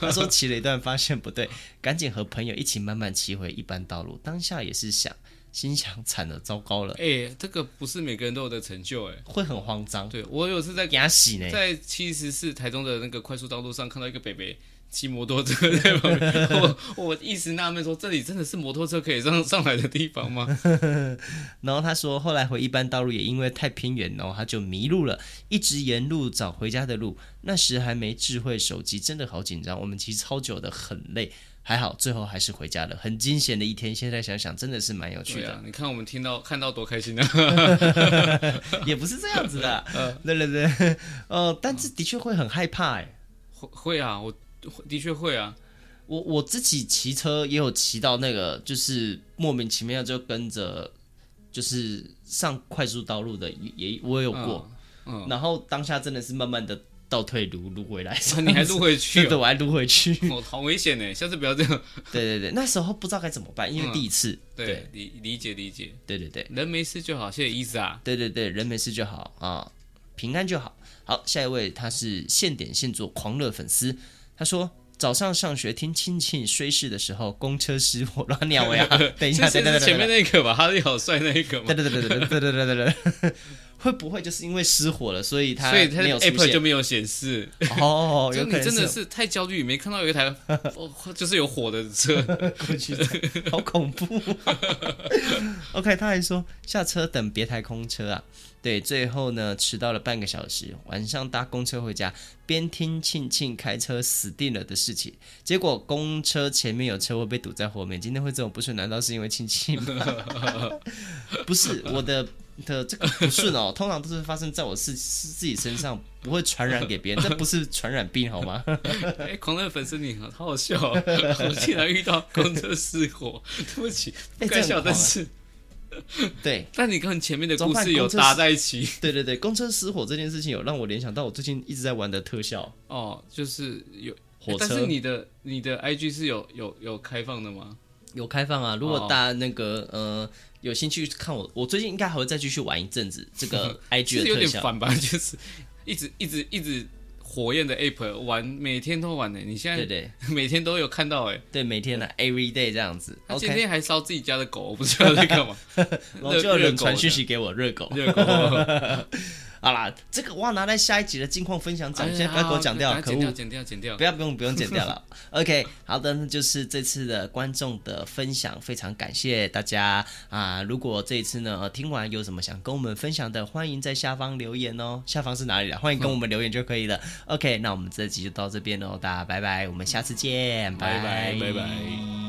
Speaker 2: 他说骑了一段发现不对，赶紧和朋友一起慢慢骑回一般道路。当下也是想，心想惨了，糟糕了，
Speaker 3: 哎、这个不是每个人都有的成就哎、
Speaker 2: 会很慌张，
Speaker 3: 对我有次在
Speaker 2: 牙洗呢。
Speaker 3: 在七十四台中的那个快速道路上看到一个北北骑摩托车在旁 边，我我一时纳闷说，这里真的是摩托车可以上上来的地方吗？
Speaker 2: 然后他说，后来回一般道路也因为太偏远，然后他就迷路了，一直沿路找回家的路。那时还没智慧手机，真的好紧张，我们骑超久的，很累。还好最后还是回家了，很惊险的一天。现在想想，真的是蛮有趣
Speaker 3: 对
Speaker 2: 的，
Speaker 3: 啊，你看我们听到看到多开心啊！
Speaker 2: 也不是这样子的啊。对对对，呃，但是的确会很害怕哎、
Speaker 3: 会会啊，我会的确会 啊，
Speaker 2: 我我自己骑车也有骑到那个，就是莫名其妙就跟着，就是上快速道路的也也我也有过，
Speaker 3: 嗯，
Speaker 2: 然后当下真的是慢慢的倒退撸撸回来，
Speaker 3: 啊你还录回去
Speaker 2: 对对，
Speaker 3: 哦，
Speaker 2: 我还撸回去，
Speaker 3: 哦，好危险呢，下次不要这样。
Speaker 2: 对对对，那时候不知道该怎么办，因为第一次，
Speaker 3: 对，理理解理解，
Speaker 2: 对对对
Speaker 3: 人没事就好，谢谢伊莎。
Speaker 2: 对对对，人没事就好啊，平安就好。好，下一位他是现点现做狂热粉丝，他说。早上上学听亲戚虽事的时候，公车失火乱尿呀！等一下，
Speaker 3: 这
Speaker 2: 等等
Speaker 3: 是
Speaker 2: 等，
Speaker 3: 前面那个吧，他是好帅那一个嘛
Speaker 2: 对，对对对对对对对对对，会不会就是因为失火了，所以它
Speaker 3: 所以他
Speaker 2: 没有
Speaker 3: 的
Speaker 2: 出
Speaker 3: app
Speaker 2: 现？
Speaker 3: 就没有显示。
Speaker 2: 哦，
Speaker 3: 就
Speaker 2: 有
Speaker 3: 你
Speaker 2: 可能
Speaker 3: 真的是太焦虑，没看到有一 台哦就是有火的车，
Speaker 2: 过去，好恐怖、OK，他还说下车等别台空车啊。对，最后呢迟到了半个小时，晚上搭公车回家，边听庆庆开车死定了的事情，结果公车前面有车位被堵在后面。今天会这种不顺，难道是因为庆 庆吗？不是我的。的这个不顺哦，通常都是发生在我自自自己身上，不会传染给别人，这不是传染病好 吗？
Speaker 3: 哎，狂热粉丝你好，好好笑哦！ 我竟然遇到公车失火，对不起，不
Speaker 2: 哎
Speaker 3: 该
Speaker 2: 这很
Speaker 3: 笑，但
Speaker 2: 狂啊
Speaker 3: 是
Speaker 2: 对，
Speaker 3: 但你跟前面的
Speaker 2: 怎么
Speaker 3: 故
Speaker 2: 办
Speaker 3: 事有
Speaker 2: 公车
Speaker 3: 搭
Speaker 2: 失
Speaker 3: 在一起
Speaker 2: 对对对，公车失火这件事情有让我联想到我最近一直在玩的特效
Speaker 3: 哦，就是有。哎
Speaker 2: 火
Speaker 3: 但
Speaker 2: 车
Speaker 3: 是你的你的 IG 是有有有开放的吗？
Speaker 2: 有开放啊。如果大家那个、呃有兴趣看我，我最近应该还会再继续玩一阵子这 个
Speaker 3: 其
Speaker 2: IG
Speaker 3: 实
Speaker 2: 的
Speaker 3: 有
Speaker 2: 特
Speaker 3: 点
Speaker 2: 效。
Speaker 3: 烦吧， 就是一直一直一直火焰的 app 玩，每天都玩呢、你现
Speaker 2: 对
Speaker 3: 在
Speaker 2: 对
Speaker 3: 每天都有看到哎、
Speaker 2: 对，每天呢、every day 这样子。
Speaker 3: 他今
Speaker 2: OK，
Speaker 3: 天还烧自己家的狗，我不知道在干嘛。
Speaker 2: 然后就有人传讯息给我热狗。
Speaker 3: 热狗，
Speaker 2: 好啦，这个我要拿来下一集的近况分享讲，现在不要给我讲掉，
Speaker 3: 哎呀
Speaker 2: 可
Speaker 3: 剪掉，
Speaker 2: 恶。
Speaker 3: 剪掉，剪掉
Speaker 2: 不。要不用不用剪掉了。OK，好 的，那就是这次的观众的分享，非常感谢大家啊！如果这一次呢、呃听完有什么想跟我们分享的，欢迎在下方留言哦。下方是哪里啊？欢迎跟我们留言就可以了。OK，那我们这集就到这边喽，大家拜拜，我们下次见，
Speaker 3: 拜拜拜拜